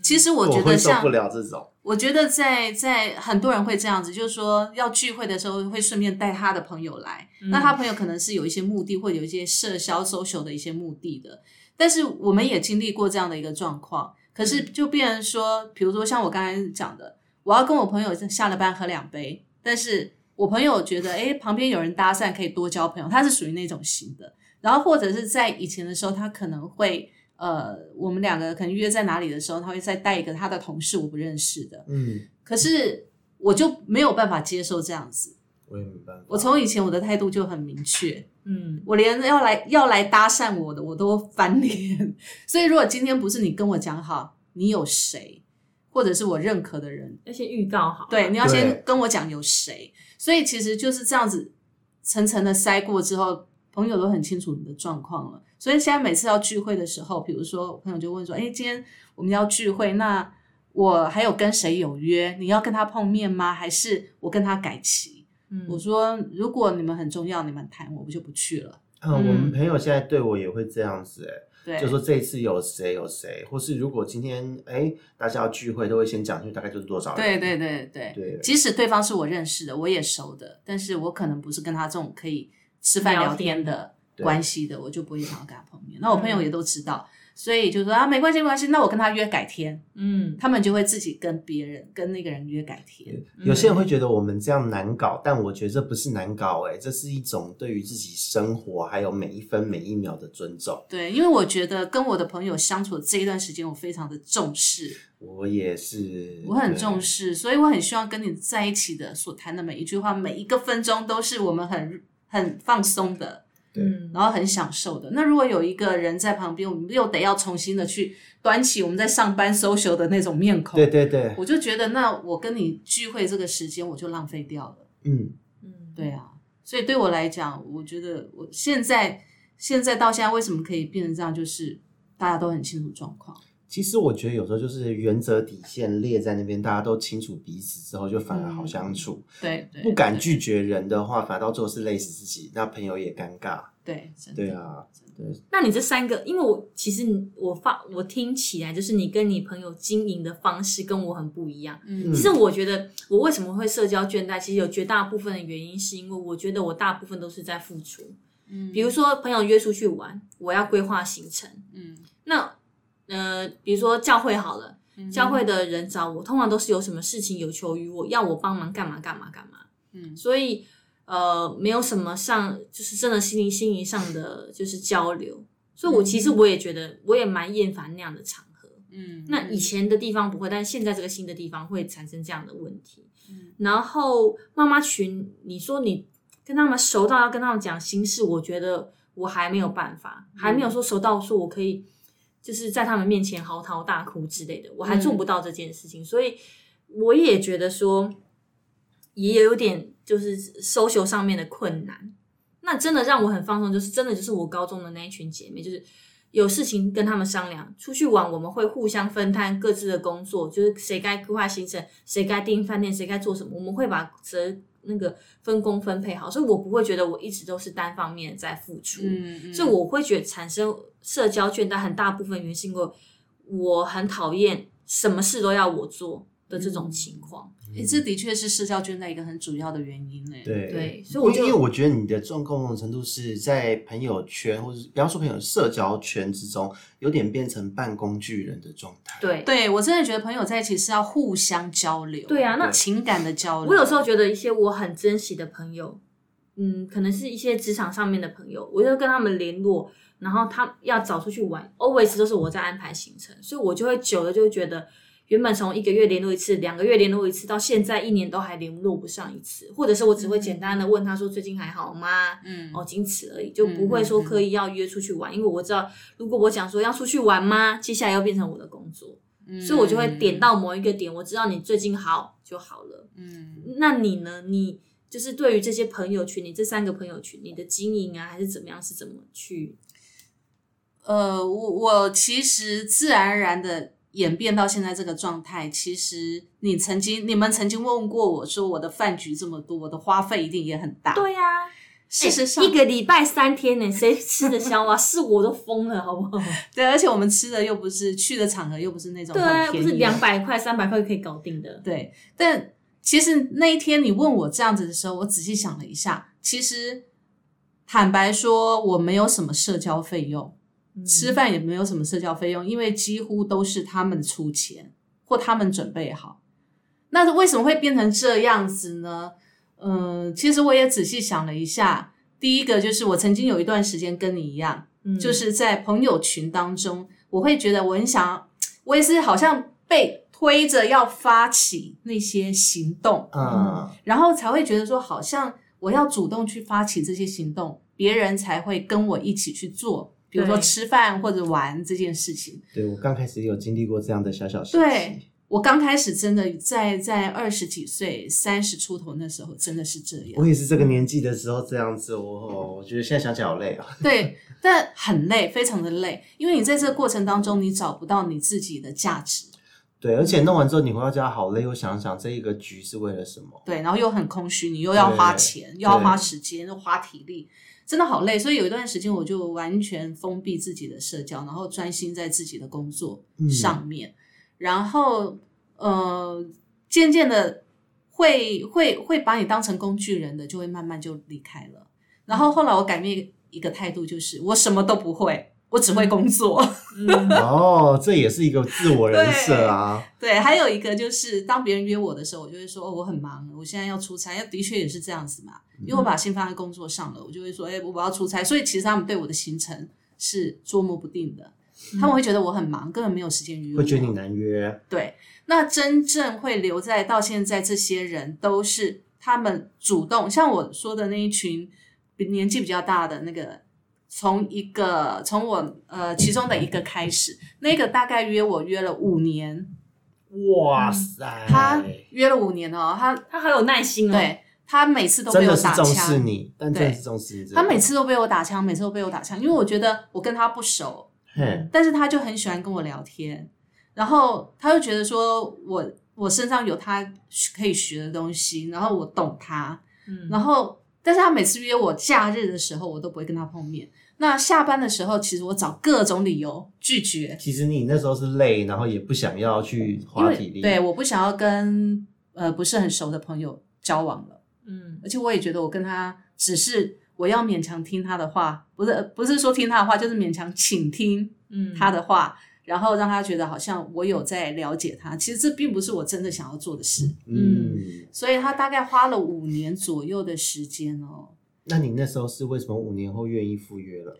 Speaker 1: 其实我
Speaker 3: 我
Speaker 1: 觉
Speaker 3: 会
Speaker 1: 得
Speaker 3: 受
Speaker 1: 像
Speaker 3: 不了这种，
Speaker 1: 我我觉得在在很多人会这样子，就是说要聚会的时候会顺便带他的朋友来，
Speaker 4: 嗯
Speaker 5: 嗯
Speaker 1: 那他朋友可能是有一些目的或者有一些社交 social 的一些目的的，但是我们也经历过这样的一个状况，可是就变成说，比如说像我刚才讲的，我要跟我朋友下了班喝两杯，但是我朋友觉得，哎，旁边有人搭讪可以多交朋友，他是属于那种型的，然后或者是在以前的时候，他可能会。呃，我们两个可能约在哪里的时候，他会再带一个他的同事我不认识的，
Speaker 3: 嗯，
Speaker 1: 可是我就没有办法接受这样子。
Speaker 3: 我也没办法。
Speaker 1: 我从以前我的态度就很明确，
Speaker 4: 嗯，
Speaker 1: 我连要来要来搭讪我的我都翻脸。 [laughs] 所以如果今天不是你跟我讲好，你有谁，或者是我认可的人，
Speaker 5: 要先预告好。
Speaker 1: 对，你要
Speaker 3: 对
Speaker 1: 先跟我讲有谁。所以其实就是这样子层层的筛过之后，朋友都很清楚你的状况了。所以现在每次要聚会的时候，比如说我朋友就问说：“哎，今天我们要聚会，那我还有跟谁有约？你要跟他碰面吗？还是我跟他改期？”
Speaker 4: 嗯
Speaker 1: 我说：“如果你们很重要，你们谈，我就不去了。
Speaker 3: 嗯，我们朋友现在对我也会这样子、欸，”
Speaker 1: 对，
Speaker 3: 就说这一次有谁有谁，或是如果今天哎、大家要聚会，都会先讲清楚大概就是多少人。
Speaker 1: 对对对对
Speaker 3: 对
Speaker 1: 即使对方是我认识的，我也熟的，但是我可能不是跟他这种可以吃饭
Speaker 5: 聊
Speaker 1: 聊天嗯的
Speaker 3: 对
Speaker 1: 关系的，我就不会想要跟他碰面。那我朋友也都知道，所以就说啊，没关系没关系，那我跟他约改天，
Speaker 4: 嗯，
Speaker 1: 他们就会自己跟别人跟那个人约改天。
Speaker 3: 有些人
Speaker 1: 嗯
Speaker 3: 会觉得我们这样难搞，但我觉得这不是难搞、欸，哎，这是一种对于自己生活还有每一分每一秒的尊重。
Speaker 1: 对，因为我觉得跟我的朋友相处的这一段时间，我非常的重视，
Speaker 3: 我也是，
Speaker 1: 我很
Speaker 3: 对
Speaker 1: 重。视，所以我很希望跟你在一起的所谈的每一句话，每一个分钟都是我们很很放松的。
Speaker 4: 嗯，
Speaker 1: 然后很享受的。那如果有一个人在旁边，我们又得要重新的去端起我们在上班 social 的那种面孔，
Speaker 3: 对对对，
Speaker 1: 我就觉得那我跟你聚会这个时间我就浪费掉了。
Speaker 3: 嗯，
Speaker 5: 嗯，
Speaker 1: 对啊，所以对我来讲，我觉得我现在现在到现在为什么可以变成这样，就是大家都很清楚状况。
Speaker 3: 其实我觉得有时候就是原则底线列在那边，大家都清楚彼此之后，就反而好相处。
Speaker 1: 对，对
Speaker 3: 不敢
Speaker 1: 嗯对
Speaker 3: 拒绝人的话，反倒最后是累死自己，那朋友也尴尬。
Speaker 1: 对，真的
Speaker 3: 对啊，
Speaker 4: 那你这三个，因为我其实你我发我听起来就是你跟你朋友经营的方式跟我很不一样。
Speaker 1: 嗯
Speaker 4: 其实我觉得我为什么会社交倦怠，其实有绝大部分的原因是因为我觉得我大部分都是在付出。
Speaker 1: 嗯
Speaker 4: 比如说朋友约出去玩，我要规划行程。
Speaker 1: 嗯，
Speaker 4: 那呃，比如说教会好了，
Speaker 1: 嗯
Speaker 4: 教会的人找我，通常都是有什么事情有求于我，要我帮忙干嘛干嘛干嘛。
Speaker 1: 嗯
Speaker 4: 所以呃，没有什么上就是真的心灵心灵上的就是交流。所以我其实我也觉得我也蛮厌烦那样的场合。
Speaker 1: 嗯，
Speaker 4: 那以前的地方不会，但现在这个新的地方会产生这样的问题。
Speaker 1: 嗯
Speaker 4: 然后妈妈群，你说你跟他们熟到要跟他们讲心事，我觉得我还没有办法，还没有说熟到说我可以就是在他们面前嚎啕大哭之类的，我还做不到这件事情，所以我也觉得说也有点就是搜求上面的困难。那真的让我很放松，就是真的就是我高中的那一群姐妹，就是有事情跟他们商量，出去玩我们会互相分摊各自的工作，就是谁该规划行程，谁该订饭店，谁该做什么，我们会把责那个分工分配好，所以我不会觉得我一直都是单方面在付出，
Speaker 1: 嗯，
Speaker 4: 所以我会觉得产生社交倦怠很大部分原因是因为我很讨厌什么事都要我做的这
Speaker 1: 嗯
Speaker 4: 种情况，
Speaker 1: 诶这的确是社交圈的一个很主要的原因呢。
Speaker 3: 对
Speaker 4: 对，所以我
Speaker 3: 因为
Speaker 4: 就
Speaker 3: 因为我觉得你的状况某种程度是在朋友圈，或是不要说朋友社交圈之中，有点变成半工具人的状态。
Speaker 4: 对
Speaker 1: 对我真的觉得朋友在一起是要互相交流，
Speaker 4: 对啊那
Speaker 1: 情感的交流。
Speaker 4: 我有时候觉得一些我很珍惜的朋友，嗯，可能是一些职场上面的朋友，我就跟他们联络，然后他要找出去玩，always 都是我在安排行程，所以我就会久了就会觉得，原本从一个月联络一次，两个月联络一次，到现在一年都还联络不上一次，或者是我只会简单的问他说最近还好吗？
Speaker 1: 嗯
Speaker 4: 哦，仅此而已，就不会说刻意要约出去玩，因为我知道，如果我讲说要出去玩吗，接下来要变成我的工作，
Speaker 1: 嗯
Speaker 4: 所以我就会点到某一个点，我知道你最近好就好了。
Speaker 1: 嗯
Speaker 4: 那你呢？你就是对于这些朋友群，你这三个朋友群，你的经营啊，还是怎么样，是怎么去？
Speaker 1: 呃，我我其实自然而然的演变到现在这个状态。其实你曾经你们曾经问过我说，我的饭局这么多，我的花费一定也很大。
Speaker 4: 呀、
Speaker 1: 事实上
Speaker 4: 哎一，个礼拜三天呢，谁吃
Speaker 1: [laughs]
Speaker 4: 得消啊？是我都疯了，好不好？
Speaker 1: 对，而且我们吃的又不是去的场合，又不是那种
Speaker 4: 对啊，
Speaker 1: 很
Speaker 4: 不
Speaker 1: 便宜
Speaker 4: 是两百块、三百块可以搞定的。
Speaker 1: 对，但其实那一天你问我这样子的时候，我仔细想了一下，其实坦白说，我没有什么社交费用，吃饭也没有什么社交费用，因为几乎都是他们出钱或他们准备好。那是为什么会变成这样子呢？嗯，其实我也仔细想了一下，第一个就是我曾经有一段时间跟你一样，
Speaker 4: 嗯
Speaker 1: 就是在朋友群当中，我会觉得我很想，我也是好像被推着要发起那些行动，
Speaker 3: 嗯，
Speaker 1: 然后才会觉得说，好像我要主动去发起这些行动，别人才会跟我一起去做，比如说
Speaker 4: 对
Speaker 1: 吃饭或者玩这件事情。
Speaker 3: 对我刚开始也有经历过这样的小小事情，
Speaker 1: 对我刚开始真的在在二十几岁、三十出头那时候，真的是这样
Speaker 3: 我。也是这个年纪的时候这样子，我哦我觉得现在想起来好累啊。
Speaker 1: 对，但很累，非常的累，因为你在这个过程当中，你找不到你自己的价值，
Speaker 3: [laughs] 对，而且弄完之后你回到家好累，又想想这一个局是为了什么。
Speaker 1: 对，然后又很空虚，你又要花钱，又要花时间，又花体力，真的好累。所以有一段时间，我就完全封闭自己的社交，然后专心在自己的工作
Speaker 3: 嗯
Speaker 1: 上面。然后，呃，渐渐的会会会把你当成工具人的，就会慢慢就离开了。然后后来我改变一个态度，就是我什么都不会，我只会工作。
Speaker 4: 嗯，
Speaker 3: 哦，这也是一个自我人设啊。 [laughs]
Speaker 1: 对，还有一个就是，当别人约我的时候，我就会说、哦、我很忙，我现在要出差。要的确也是这样子嘛，因为我把心放在工作上了，我就会说，哎、我要出差。所以其实他们对我的行程是捉摸不定的，他们会觉得我很忙，根本没有时间约我。
Speaker 3: 会觉得你难约，
Speaker 1: 对，那真正会留在到现在，这些人都是他们主动，像我说的那一群比年纪比较大的那个，从一个从我呃其中的一个开始，那个大概约我约了五年。
Speaker 3: 哇塞，
Speaker 1: 他约了五年哦，他
Speaker 4: 他好有耐心哦。，
Speaker 1: 对他每次都
Speaker 3: 真
Speaker 1: 被
Speaker 3: 的
Speaker 1: 我
Speaker 3: 是
Speaker 1: 打
Speaker 3: 重视
Speaker 1: 枪，
Speaker 3: 你，但真的是重视你这个。
Speaker 1: 他每次都被我打枪，每次都被我打枪，因为我觉得我跟他不熟，
Speaker 3: 嘿，
Speaker 1: 但是他就很喜欢跟我聊天，然后他就觉得说我我身上有他可以学的东西，然后我懂他，
Speaker 4: 嗯，
Speaker 1: 然后但是他每次约我假日的时候，我都不会跟他碰面。那下班的时候，其实我找各种理由拒绝，
Speaker 3: 其实你那时候是累，然后也不想要去
Speaker 1: 因
Speaker 3: 花
Speaker 1: 为
Speaker 3: 体力，
Speaker 1: 对，我不想要跟呃不是很熟的朋友交往了。
Speaker 4: 嗯，
Speaker 1: 而且我也觉得我跟他只是我要勉强听他的话，不是呃不是说听他的话，就是勉强倾听
Speaker 4: 嗯，
Speaker 1: 他的话，然后让他觉得好像我有在了解他。其实这并不是我真的想要做的事，
Speaker 3: 嗯，
Speaker 1: 所以他大概花了五年左右的时间哦。
Speaker 3: 那你那时候是为什么五年后愿意赴约了？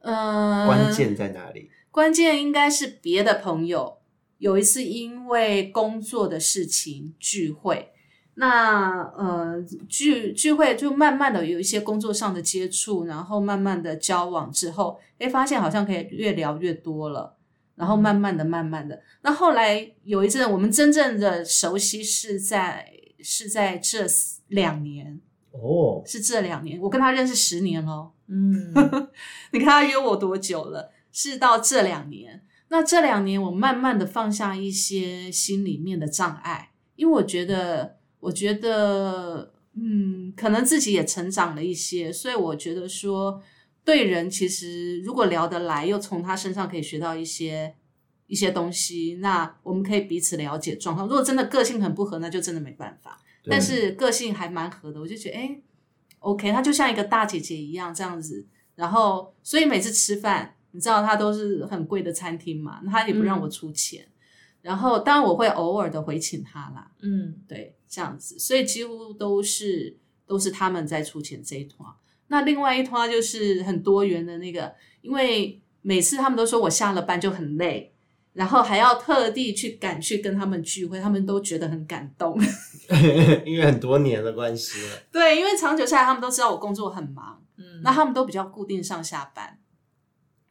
Speaker 1: 呃，
Speaker 3: 关键在哪里？
Speaker 1: 关键应该是别的朋友有一次因为工作的事情聚会，那呃聚聚会就慢慢的有一些工作上的接触，然后慢慢的交往之后，哎，发现好像可以越聊越多了，然后慢慢的慢慢的，那后来有一阵我们真正的熟悉是在是在这两年，
Speaker 3: 哦，
Speaker 1: 是这两年，我跟他认识十年哦喽。 [laughs]
Speaker 4: 嗯，
Speaker 1: 你看他约我多久了？是到这两年。那这两年，我慢慢的放下一些心里面的障碍，因为我觉得，我觉得，嗯，可能自己也成长了一些，所以我觉得说，对人其实如果聊得来，又从他身上可以学到一些一些东西，那我们可以彼此了解状况。如果真的个性很不合，那就真的没办法。
Speaker 3: 对
Speaker 1: 但是个性还蛮合的，我就觉得哎、诶 o k 她就像一个大姐姐一样这样子。然后，所以每次吃饭，你知道她都是很贵的餐厅嘛，她也不让我出钱。然后，当然我会偶尔的回请她啦，
Speaker 4: 嗯，
Speaker 1: 对，这样子，所以几乎都是都是他们在出钱这一团。那另外一团就是很多元的那个，因为每次他们都说我下了班就很累，然后还要特地去赶去跟他们聚会，他们都觉得很感动。
Speaker 3: [laughs] 因为很多年的关系 [laughs] 了，
Speaker 1: 对，因为长久下来，他们都知道我工作很忙，
Speaker 4: 嗯
Speaker 1: 那他们都比较固定上下班，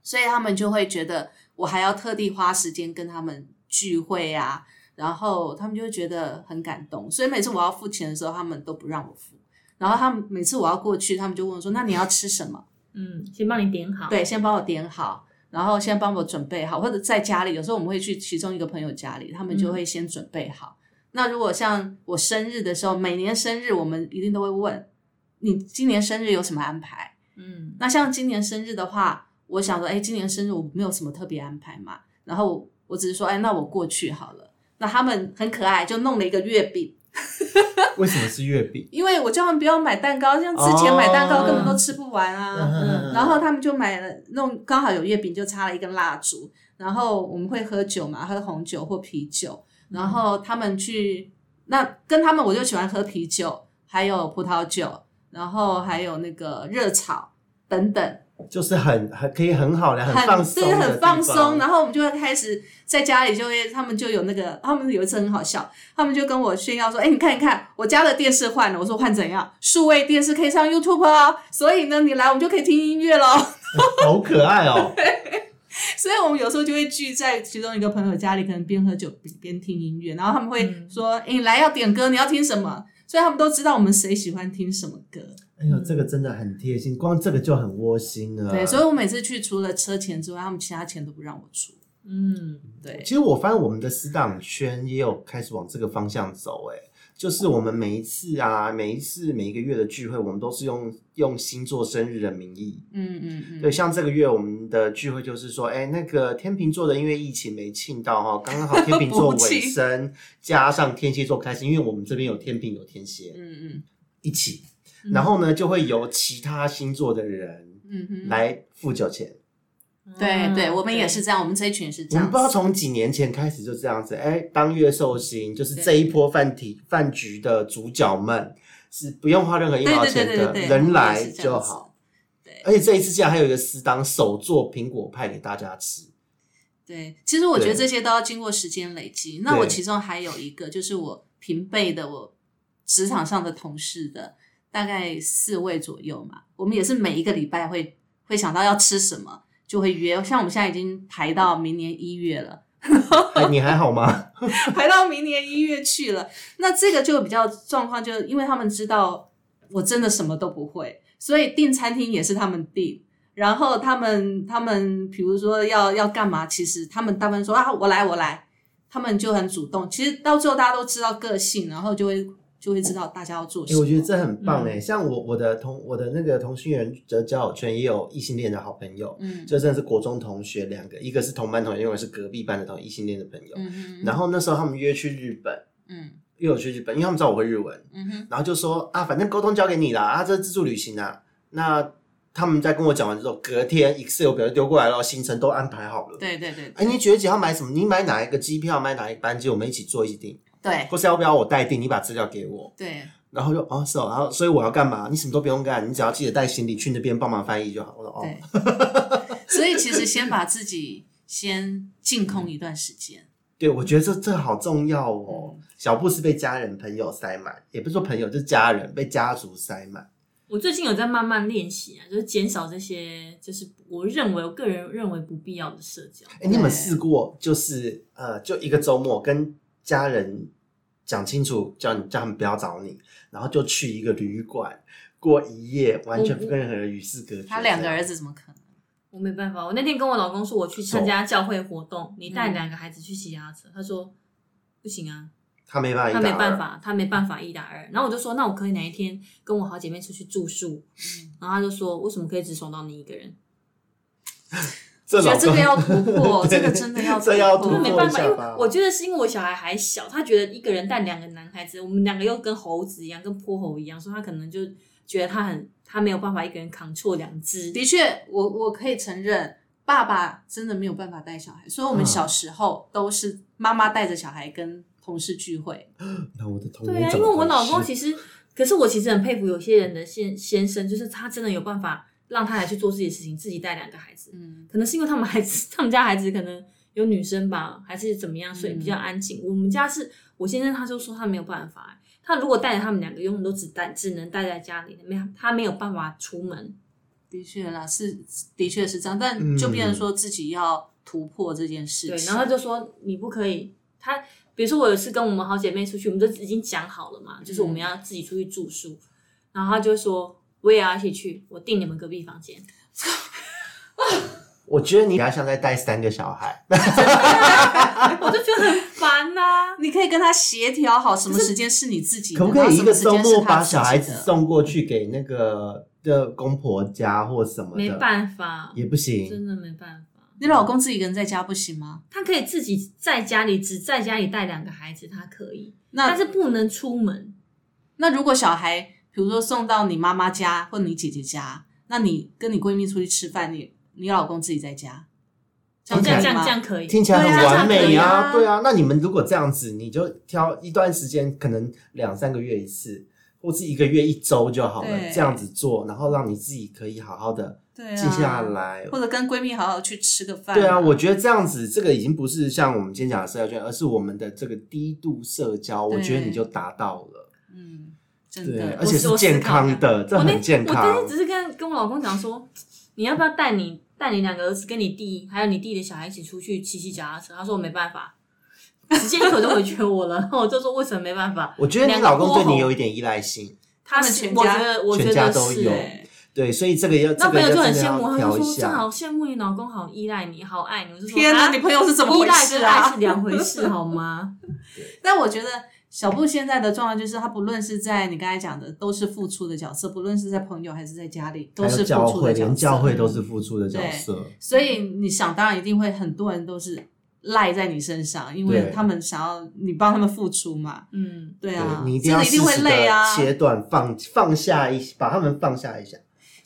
Speaker 1: 所以他们就会觉得我还要特地花时间跟他们聚会啊，然后他们就会觉得很感动，所以每次我要付钱的时候，他们都不让我付。然后他们每次我要过去，他们就问我说：“那你要吃什么
Speaker 4: 嗯，先帮你点？”好。，
Speaker 1: 对，先帮我点好，然后先帮我准备好，或者在家里，有时候我们会去其中一个朋友家里，他们就会先准备好。那如果像我生日的时候，每年生日我们一定都会问你今年生日有什么安排？
Speaker 4: 嗯，
Speaker 1: 那像今年生日的话，我想说，哎，今年生日我没有什么特别安排嘛，然后我只是说，哎，那我过去好了。那他们很可爱，就弄了一个月饼，
Speaker 3: 为什么是月饼？
Speaker 1: 因为我叫他们不要买蛋糕，像之前买蛋糕根本都吃不完啊。
Speaker 4: 嗯
Speaker 1: 然后他们就买了弄，刚好有月饼，就插了一根蜡烛。然后我们会喝酒嘛，喝红酒或啤酒。
Speaker 3: 嗯
Speaker 1: 然后他们去，那跟他们我就喜欢喝啤酒，还有葡萄酒，然后还有那个热炒等等。
Speaker 3: 就是很很可以很好的，
Speaker 1: 很
Speaker 3: 放松的
Speaker 1: 对，
Speaker 3: 地方，
Speaker 1: 很放松。然后我们就会开始在家里就会，他们就有那个，他们有一次很好笑，他们就跟我炫耀说：“哎，你看，你看，我家的电视换了。”我说：“换怎样？数位电视可以上 YouTube 哦，所以呢，你来我们就可以听音乐喽。
Speaker 3: 好可
Speaker 1: [laughs]
Speaker 3: 爱哦。
Speaker 1: 所以我们有时候就会聚在其中一个朋友家里，可能边喝酒边边听音乐，然后他们会说：“哎、你来要点歌，你要听什么？”所以他们都知道我们谁喜欢听什么歌。
Speaker 3: 哎呦，这个真的很贴心，光这个就很窝心了。
Speaker 1: 对，所以我每次去除了车钱之外，他们其他钱都不让我出。
Speaker 4: 嗯，
Speaker 1: 对
Speaker 3: 其，实我发现我们的死党圈也有开始往这个方向走、哎，就是我们每一次啊，每一次每一个月的聚会，我们都是用用星座生日的名义。
Speaker 1: 嗯嗯嗯，
Speaker 3: 对，像这个月我们的聚会就是说，哎，那个天秤座的因为疫情没庆到哈，刚好天
Speaker 1: [laughs]
Speaker 3: 秤座
Speaker 1: 补
Speaker 3: 尾
Speaker 1: 气
Speaker 3: 声，加上天蝎座开始，因为我们这边有天秤有天蝎
Speaker 1: 嗯嗯
Speaker 3: 一起，然后呢就会由其他星座的人
Speaker 1: 嗯哼。
Speaker 3: 来付酒钱。
Speaker 1: 对对，我们也是
Speaker 4: 嗯对
Speaker 1: 这样，我们这一群是这
Speaker 3: 我
Speaker 1: 样子。
Speaker 3: 们不知道从几年前开始就这样子，哎，当月寿星就是
Speaker 1: 对
Speaker 3: 这一波饭体饭局的主角们是不用花任何一毛
Speaker 1: 对对
Speaker 3: 钱
Speaker 1: 对对
Speaker 3: 的，
Speaker 1: 对，
Speaker 3: 人
Speaker 1: 我们
Speaker 3: 来
Speaker 1: 也是这
Speaker 3: 就
Speaker 1: 样子
Speaker 3: 好。。
Speaker 1: 对
Speaker 3: 而且这一次竟然还有一个私当手做苹果派给大家吃， [laughs]
Speaker 1: 对，其实我觉得
Speaker 3: 对
Speaker 1: 这些都要经过时间累积。那我
Speaker 3: 对
Speaker 1: 其中还有一个，就是我平辈的我职场上的同事的，大概四位左右嘛。我们也是每一个礼拜会会想到要吃什么，就会约。像我们现在已经排到明年一月了。
Speaker 3: 哎，你还
Speaker 1: [laughs]
Speaker 3: 好吗？
Speaker 1: 排到明年一月去了。那这个就比较状况，就因为他们知道我真的什么都不会，所以订餐厅也是他们订。然后他们他们比如说要要干嘛，其实他们大部分说啊我来我来，他们就很主动。其实到最后大家都知道个性，然后就会就会知道大家要做什
Speaker 3: 哎，
Speaker 1: 么。
Speaker 3: 我觉得这很
Speaker 1: 嗯
Speaker 3: 棒哎、像我我的同我的那个同心圆的交友圈也有异性恋的好朋友，
Speaker 1: 嗯
Speaker 3: 就真的是国中同学两个，一个是同班同学，一个是隔壁班的同异性恋的朋友。
Speaker 1: 嗯哼
Speaker 3: 然后那时候他们约去日本，
Speaker 1: 嗯
Speaker 3: 约我去日本，因为他们知道我会日文。
Speaker 1: 嗯哼
Speaker 3: 然后就说啊，反正沟通交给你啦，啊，这自助旅行啊。那他们在跟我讲完之后，隔天 Excel 表就丢过来了，行程都安排好了。
Speaker 1: 对对对
Speaker 3: 哎，你觉得要买什么？你买哪一个机票？买哪一个班机？我们一起坐，一起订，
Speaker 1: 对
Speaker 3: 或是要不要我代订？你把资料给我，
Speaker 1: 对
Speaker 3: 然后就哦是哦，然后所以我要干嘛？你什么都不用干，你只要记得带行李去那边帮忙翻译就好。我说哦，
Speaker 1: 对， [laughs] 所以其实先把自己先净空一段时间。
Speaker 3: 对我觉得这这好重要哦。小布是被家人朋友塞满，也不是说朋友，就是家人被家族塞满。
Speaker 4: 我最近有在慢慢练习啊，就是减少这些，就是我认为我个人认为不必要的社交。
Speaker 3: 哎、你有
Speaker 1: 对
Speaker 3: 没有试过，就是呃，就一个周末跟家人讲清楚，叫你叫他们不要找你，然后就去一个旅馆过一夜，完全不跟任何人与世隔绝。
Speaker 1: 他两个儿
Speaker 3: 子，
Speaker 1: 子怎么可能？
Speaker 4: 我没办法，我那天跟我老公说我去参加教会活动，你带两个孩子去骑脚踏车，他说不行啊，
Speaker 3: 他没办法，
Speaker 4: 他没办。法，他没办法一打二。然后我就说，那我可以哪一天跟我好姐妹出去住宿？然后他就说，为什么可以只送到你一个人？
Speaker 3: 这
Speaker 1: 我觉
Speaker 3: 老
Speaker 1: 得这
Speaker 3: 公
Speaker 1: 个要突破，
Speaker 3: 对
Speaker 1: 这个真的要
Speaker 3: [laughs] 这要突
Speaker 4: 那
Speaker 3: 破
Speaker 4: 没
Speaker 3: 一
Speaker 4: 办
Speaker 3: 下
Speaker 4: 法，因为
Speaker 3: 吧
Speaker 4: 哦我觉得是因为我小孩还小，他觉得一个人带两个男孩子，我们两个又跟猴子一样，跟泼猴一样，所以他可能就觉得他很他没有办法一个人扛错两只。
Speaker 1: 的确，我我可以承认，爸爸真的没有办法带小孩，所以我们
Speaker 3: 嗯
Speaker 1: 小时候都是妈妈带着小孩跟同事聚会。
Speaker 3: 那我的童
Speaker 4: 对
Speaker 3: 年
Speaker 4: 啊，
Speaker 3: 怎
Speaker 4: 因为
Speaker 3: 么
Speaker 4: 我
Speaker 3: 回
Speaker 4: 老公
Speaker 3: 事
Speaker 4: 其实，可是我其实很佩服有些人的先先生，就是他真的有办法让他来去做自己的事情，自己带两个孩子。
Speaker 1: 嗯，
Speaker 4: 可能是因为他们孩子， [laughs] 他们家孩子可能有女生吧，还是怎么样，所以
Speaker 3: 嗯
Speaker 4: 比较安静。我们家是我先生，他就说他没有办法、他如果带着他们两个，永远都只待只能待在家里，没有他没有办法出门。
Speaker 1: 的确啦，是的确是这样，但
Speaker 3: 嗯
Speaker 1: 就变成说自己要突破这件事
Speaker 4: 对，
Speaker 1: 情。
Speaker 4: 然后他就说你不可以。他比如说我有一次跟我们好姐妹出去，我们就已经讲好了
Speaker 3: 嗯
Speaker 4: 嘛，就是我们要自己出去住宿，
Speaker 3: [laughs]
Speaker 4: 然后他就说我也要一起去，我订你们隔壁房间。
Speaker 3: 我觉得你比较像在带三个小孩，
Speaker 4: 我就觉得很烦啊呐、
Speaker 1: 你可以跟他协调好什么时间是你自己的，
Speaker 3: 可不可
Speaker 1: 然后
Speaker 3: 以一
Speaker 1: 什么
Speaker 3: 个
Speaker 1: 时
Speaker 3: 周
Speaker 1: 间是
Speaker 3: 末
Speaker 1: 他
Speaker 3: 把
Speaker 1: 自己
Speaker 3: 小孩子
Speaker 1: 的
Speaker 3: 送过去给那个的公婆家或什么的？
Speaker 5: 没办法，
Speaker 3: 也不行。
Speaker 5: 真的没办法。
Speaker 1: 你老公自己一个人在家不行吗？
Speaker 5: 他可以自己在家里，只在家里带两个孩子，他可以，但
Speaker 1: 那
Speaker 5: 是不能出门。
Speaker 1: 那如果小孩，比如说送到你妈妈家或你姐姐家，那你跟你闺蜜出去吃饭，你你老公自己在家，这
Speaker 4: 这
Speaker 1: 样
Speaker 3: 听起
Speaker 1: 可以吗
Speaker 3: 来
Speaker 4: 样这样这样可以。
Speaker 3: 听起来
Speaker 1: 对
Speaker 3: 很
Speaker 1: 啊
Speaker 3: 完
Speaker 1: 这样可
Speaker 3: 美
Speaker 1: 以
Speaker 3: 啊，
Speaker 1: 啊
Speaker 3: 对啊。那你们如果这样子，你就挑一段时间，可能两三个月一次，或是一个月一周就好了，
Speaker 1: 对
Speaker 3: 这样子做，然后让你自己可以好好的
Speaker 1: 对啊，
Speaker 3: 静下，来。
Speaker 1: 或者跟闺蜜好好去吃个饭。
Speaker 3: 对啊，我觉得这样子，这个已经不是像我们今天讲的社交圈，而是我们的这个低度社交，我觉得
Speaker 1: 对
Speaker 3: 你就达到了，
Speaker 1: 嗯，真
Speaker 3: 对，
Speaker 1: 的，
Speaker 3: 而且是健康的，这
Speaker 5: 啊我那
Speaker 3: 很健
Speaker 5: 我那
Speaker 3: 康
Speaker 5: 天。只是跟跟我老公讲说，你要不要带你带你两个儿子跟你弟还有你弟的小孩一起出去骑骑脚踏车？他说我没办法，直接一口就回绝我了。然 [laughs] 后我就说为什么没办
Speaker 3: [laughs]
Speaker 5: 法？
Speaker 3: 我觉得你
Speaker 5: 两个
Speaker 3: 老公对
Speaker 5: 窝
Speaker 3: 你
Speaker 5: 吼
Speaker 3: 有一点依赖性，
Speaker 5: 他
Speaker 1: 们
Speaker 5: 是
Speaker 1: 全
Speaker 5: 我
Speaker 1: 家
Speaker 5: 觉得我觉
Speaker 3: 全家
Speaker 5: 得
Speaker 3: 都
Speaker 5: 是
Speaker 3: 有
Speaker 5: 欸
Speaker 3: 对，所以这个要
Speaker 5: 那
Speaker 3: 这
Speaker 5: 朋
Speaker 3: 个
Speaker 5: 友就
Speaker 3: 真
Speaker 5: 很
Speaker 3: 的
Speaker 5: 羡慕，他就
Speaker 3: 要调一
Speaker 5: 说：“真
Speaker 3: 下
Speaker 5: 好。羡慕你老公，好依赖你，好爱你。”我就说：“
Speaker 1: 天哪，
Speaker 5: 啊
Speaker 1: 你朋友是怎么
Speaker 5: 依
Speaker 1: 回
Speaker 5: 赖
Speaker 1: 事
Speaker 5: 跟爱
Speaker 1: 啊
Speaker 5: 是？两回事，好吗？
Speaker 1: 但我觉得小布现在的状况就是，他不论是在你刚才讲的，都是付出的角色，不论是在朋友还是在家里，都
Speaker 3: 还有
Speaker 1: 是付
Speaker 3: 教
Speaker 1: 出的
Speaker 3: 会，
Speaker 1: 角色。
Speaker 3: 连教会都是付出的角
Speaker 1: 对
Speaker 3: 色。
Speaker 1: 所以你想当然一定会很多人都是赖在你身上，因为
Speaker 3: 对
Speaker 1: 他们想要你帮他们付出嘛。
Speaker 5: 嗯，
Speaker 1: 对
Speaker 3: 对
Speaker 1: 啊，
Speaker 3: 你一
Speaker 1: 真
Speaker 3: 定要
Speaker 1: 的一定会
Speaker 3: 适时地
Speaker 1: 累啊。
Speaker 3: 切断放放下一，把他们放下一下。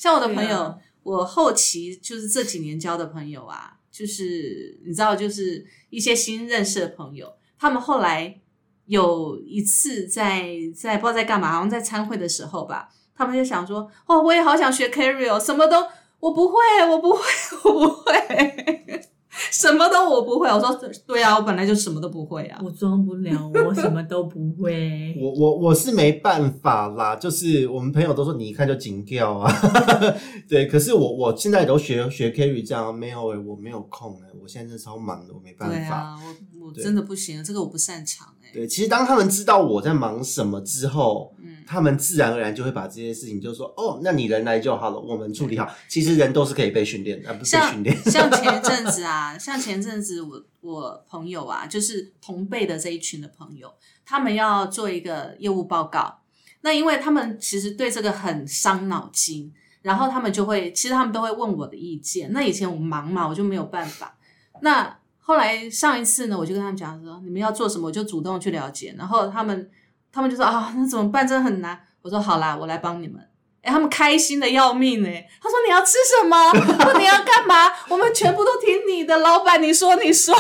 Speaker 1: 像我的朋
Speaker 5: 对
Speaker 1: 友，
Speaker 5: 啊
Speaker 1: 我后期就是这几年交的朋友啊，就是你知道，就是一些新认识的朋友，他们后来有一次在在不知道在干嘛，好像在参会的时候吧，他们就想说，哦，我也好想学 carry 哦，什么都我不会，我不会，我不会。什么都我不会，我说对啊，我本来就什么都不会啊。
Speaker 5: 我装不了，我什么都不会。
Speaker 3: 我我我是没办法啦，就是我们朋友都说你一看就紧掉啊， [laughs] 对。可是我我现在都学学 carry 这样，没有诶、我没有空诶、欸我现在真的超忙的，我没办
Speaker 1: 对
Speaker 3: 法。
Speaker 1: 啊，我我
Speaker 3: 对
Speaker 1: 真的不行，这个我不擅长哎、
Speaker 3: 对，其实当他们知道我在忙什么之后，
Speaker 1: 嗯，
Speaker 3: 他们自然而然就会把这些事情就说哦，那你人来就好了，我们处理好。其实人都是可以被训练的，啊、不是被
Speaker 1: 像
Speaker 3: 训练。
Speaker 1: [laughs] 像前一阵子啊，像前一阵子我我朋友啊，就是同辈的这一群的朋友，他们要做一个业务报告，那因为他们其实对这个很伤脑筋，然后他们就会，其实他们都会问我的意见。那以前我忙嘛，我就没有办法。那后来上一次呢，我就跟他们讲说，你们要做什么，我就主动去了解。然后他们他们就说啊，那怎么办？真的很难。我说好啦，我来帮你们。哎、他们开心的要命哎、他说你要吃什么，或你要干嘛，我们全部都听你的，老板你说你说。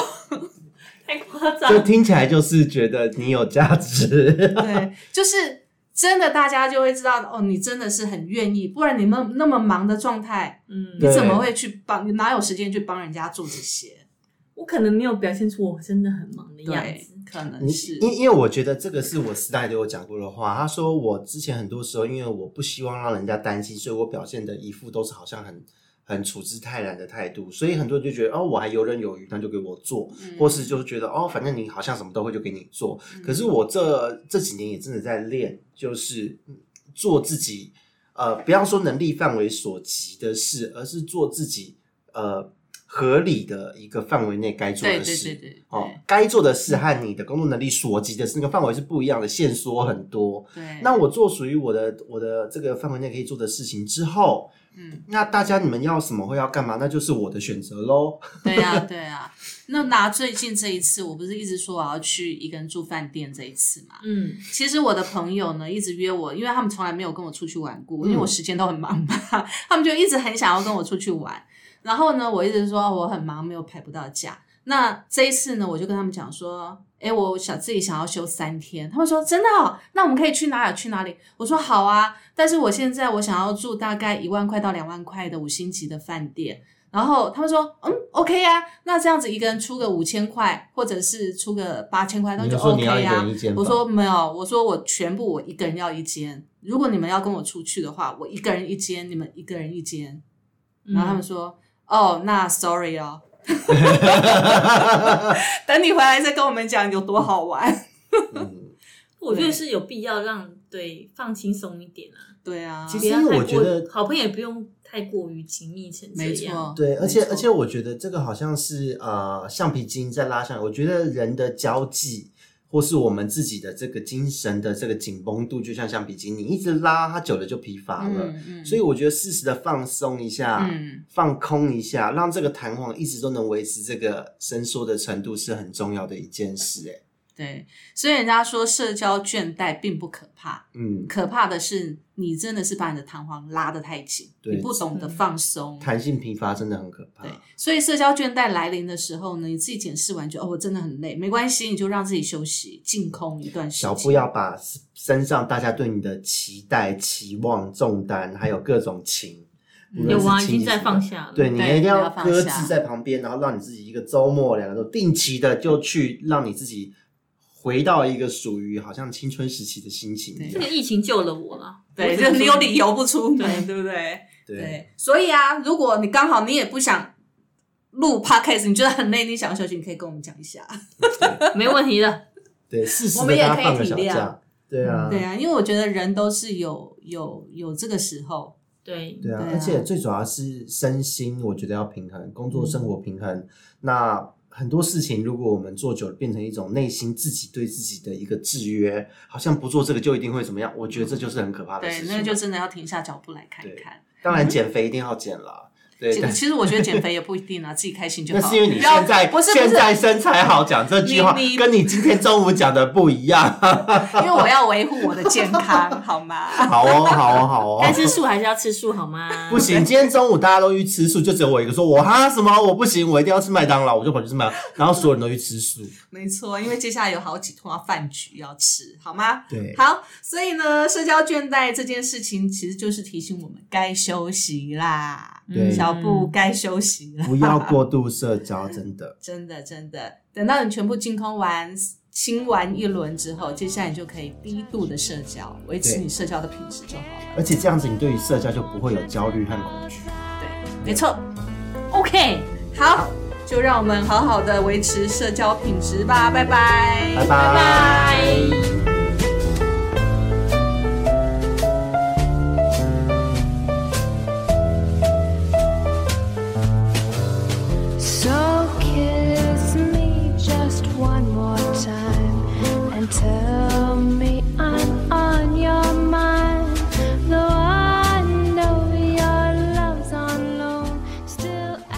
Speaker 5: 太夸张
Speaker 3: 就听起来就是觉得你有价值。
Speaker 1: 对，就是真的，大家就会知道哦，你真的是很愿意，不然你们那么忙的状态，
Speaker 5: 嗯，
Speaker 1: 你
Speaker 3: 对
Speaker 1: 怎么会去帮？你哪有时间去帮人家做这些？
Speaker 5: 我可能没有表现出我真的很忙的样
Speaker 1: 对
Speaker 5: 子。，
Speaker 1: 可能
Speaker 3: 你
Speaker 1: 嗯是
Speaker 3: 因因为我觉得这个是我师大对我讲过的话，他说我之前很多时候因为我不希望让人家担心，所以我表现的一副都是好像很很处之泰然的态度，所以很多人就觉得哦我还游刃有余，那就给我做，
Speaker 1: 嗯
Speaker 3: 或是就觉得哦反正你好像什么都会，就给你做。可是我这这几年也真的在练，就是嗯做自己，呃，不要说能力范围所及的事，而是做自己呃合理的一个范围内该
Speaker 1: 嗯
Speaker 3: 做
Speaker 1: 对
Speaker 3: 的
Speaker 1: 对对。
Speaker 3: 事
Speaker 1: 对
Speaker 3: 哦
Speaker 1: 对，嗯
Speaker 3: 该做的事和你的工作能力所及的是那个范围是不一样的，线索很多。
Speaker 1: 嗯对。
Speaker 3: 那我做属于我的我的这个范围内可以做的事情之后，
Speaker 1: 嗯，
Speaker 3: 那大家你们要什么或要干嘛，那就是我的选择喽。
Speaker 1: 对啊，对啊。那拿最近这一次，我不是一直说我要去一个人住饭店这一次嘛？
Speaker 5: 嗯，
Speaker 1: 其实我的朋友呢一直约我，因为他们从来没有跟我出去玩过，
Speaker 3: 嗯
Speaker 1: 因为我时间都很忙嘛， [laughs] 他们就一直很想要跟我出去玩。然后呢，我一直说我很忙，没有排不到假。那这一次呢，我就跟他们讲说，哎，我想自己想要休三天。他们说真的、哦，那我们可以去哪里去哪里？我说好啊，但是我现在我想要住大概一万块到两万块的五星级的饭店。然后他们说，嗯，OK 啊，那这样子一个人出个五千块，或者是出个八千块，那
Speaker 3: 你
Speaker 1: 就
Speaker 3: 就说
Speaker 1: OK 啊。
Speaker 3: 你要一个人一间房，
Speaker 1: 我说没有，我说我全部我一个人要一间。如果你们要跟我出去的话，我一个人一间，你们一个人一间。然
Speaker 5: 嗯
Speaker 1: 后
Speaker 3: 嗯
Speaker 1: 他们说：“哦，那 sorry 哦， [laughs] 等你回来再跟我们讲有多好玩。
Speaker 3: 嗯，
Speaker 5: 我觉得是有必要让对放轻松一点啊，
Speaker 1: 对啊，
Speaker 3: 其
Speaker 5: 不
Speaker 3: 实
Speaker 5: 要
Speaker 3: 因为
Speaker 5: 太
Speaker 3: 我觉
Speaker 5: 过
Speaker 3: 得
Speaker 5: 好朋友也不用太过于紧密成这
Speaker 1: 没
Speaker 5: 样。
Speaker 1: 错，
Speaker 3: 对，而且
Speaker 1: 没错
Speaker 3: 而且，我觉得这个好像是呃橡皮筋在拉上，我觉得人的交际或是我们自己的这个精神的这个紧绷度，就像橡皮筋，你一直拉，它久了就疲乏了。
Speaker 1: 嗯嗯，
Speaker 3: 所以我觉得适时的放松一下，
Speaker 1: 嗯
Speaker 3: 放空一下，让这个弹簧一直都能维持这个伸缩的程度是很重要的一件事、欸。哎，
Speaker 1: 对，所以人家说社交倦怠并不可怕，
Speaker 3: 嗯，
Speaker 1: 可怕的是你真的是把你的弹簧拉得太紧，
Speaker 3: 对嗯
Speaker 1: 你不懂得放松。
Speaker 3: 弹性疲乏真的很可怕
Speaker 1: 对。，所以社交倦怠来临的时候呢，你自己检视完就哦，我真的很累，没关系，你就让自己休息，净空一段时间。
Speaker 3: 小布要把身上大家对你的期待、期望、重担，还有各种情，
Speaker 1: 嗯
Speaker 3: 无论
Speaker 5: 有
Speaker 3: 是
Speaker 5: 啊，已
Speaker 3: 亲
Speaker 5: 经
Speaker 3: 戚
Speaker 5: 在
Speaker 3: 什么
Speaker 5: 放
Speaker 3: 的
Speaker 5: 下了。
Speaker 3: 对，你
Speaker 1: 对
Speaker 3: 一定
Speaker 1: 不
Speaker 3: 要
Speaker 1: 要放
Speaker 3: 搁
Speaker 1: 下
Speaker 3: 置在旁边，然后让你自己一个周末、两个周定期的就去，让你自己回到一个属于好像青春时期的心情一
Speaker 5: 这
Speaker 3: 样
Speaker 5: 个。疫情救了我
Speaker 3: [laughs]
Speaker 5: 了。我
Speaker 1: 对，
Speaker 5: 只
Speaker 1: 就
Speaker 5: 能
Speaker 1: 是你
Speaker 5: 说
Speaker 1: 有理由不出门，
Speaker 5: 对
Speaker 1: 对不对？
Speaker 3: 对，
Speaker 1: 所以啊，如果你刚好你也不想录 podcast，你觉得很累，你想休息，你可以跟我们讲一下。
Speaker 3: 嗯
Speaker 5: 没问题的。
Speaker 3: 对，适时
Speaker 1: 我
Speaker 3: 的
Speaker 1: 们
Speaker 3: 跟
Speaker 1: 也
Speaker 3: 他
Speaker 1: 可以
Speaker 3: 放个
Speaker 1: 体
Speaker 3: 小
Speaker 1: 谅
Speaker 3: 假。对啊，
Speaker 1: 对啊，因为我觉得人都是有有有这个时候，
Speaker 5: 对，
Speaker 3: 对啊，
Speaker 1: 对啊嗯
Speaker 3: 而且最主要是身心，我觉得要平衡，工作生活平衡。那很多事情，如果我们做久了，变成一种内心自己对自己的一个制约，好像不做这个就一定会怎么样，我觉得这就是很可怕的事
Speaker 1: 对，
Speaker 3: 情。
Speaker 1: 那就真的要停下脚步来看一看。
Speaker 3: 当然减肥一定要减啦，对，
Speaker 1: 其
Speaker 3: 但
Speaker 1: 其实我觉得减肥也不一定啊，自己开心就好。
Speaker 3: 那是因为你
Speaker 1: 不要
Speaker 3: 现在
Speaker 1: 不是不
Speaker 3: 现
Speaker 1: 是，
Speaker 3: 在身材好，讲这句话
Speaker 1: 你你
Speaker 3: 跟你今天中午讲的不一样。 [laughs]
Speaker 1: 因为我要维护我的健康，好吗？
Speaker 3: 好哦，好哦，好哦
Speaker 5: 该。吃素还是要吃素，好吗？
Speaker 3: 不行，今天中午大家都去吃素，就只有我一个说，我哈什么我不行，我一定要吃麦当劳，我就跑去吃麦当劳，然后所有人都去吃素。
Speaker 1: 没错，因为接下来有好几通饭局要吃，好吗？
Speaker 3: 对，
Speaker 1: 好，所以呢，社交倦怠这件事情，其实就是提醒我们该休息啦，
Speaker 3: 对
Speaker 1: 小布该休息啦，
Speaker 3: 不要过度社交，真的。
Speaker 1: 真的真的，等到你全部清空完、清完一轮之后，接下来你就可以低度的社交，维持
Speaker 3: 对
Speaker 1: 你社交的品质就好了。
Speaker 3: 而且这样子，你对于社交就不会有焦虑和恐惧。
Speaker 1: 对，没错。
Speaker 5: OK，
Speaker 1: 好，就让我们好好的维持社交品质吧，拜拜，
Speaker 3: 拜
Speaker 5: 拜
Speaker 3: 拜。
Speaker 5: 拜。
Speaker 2: So kiss me just one more time and tell me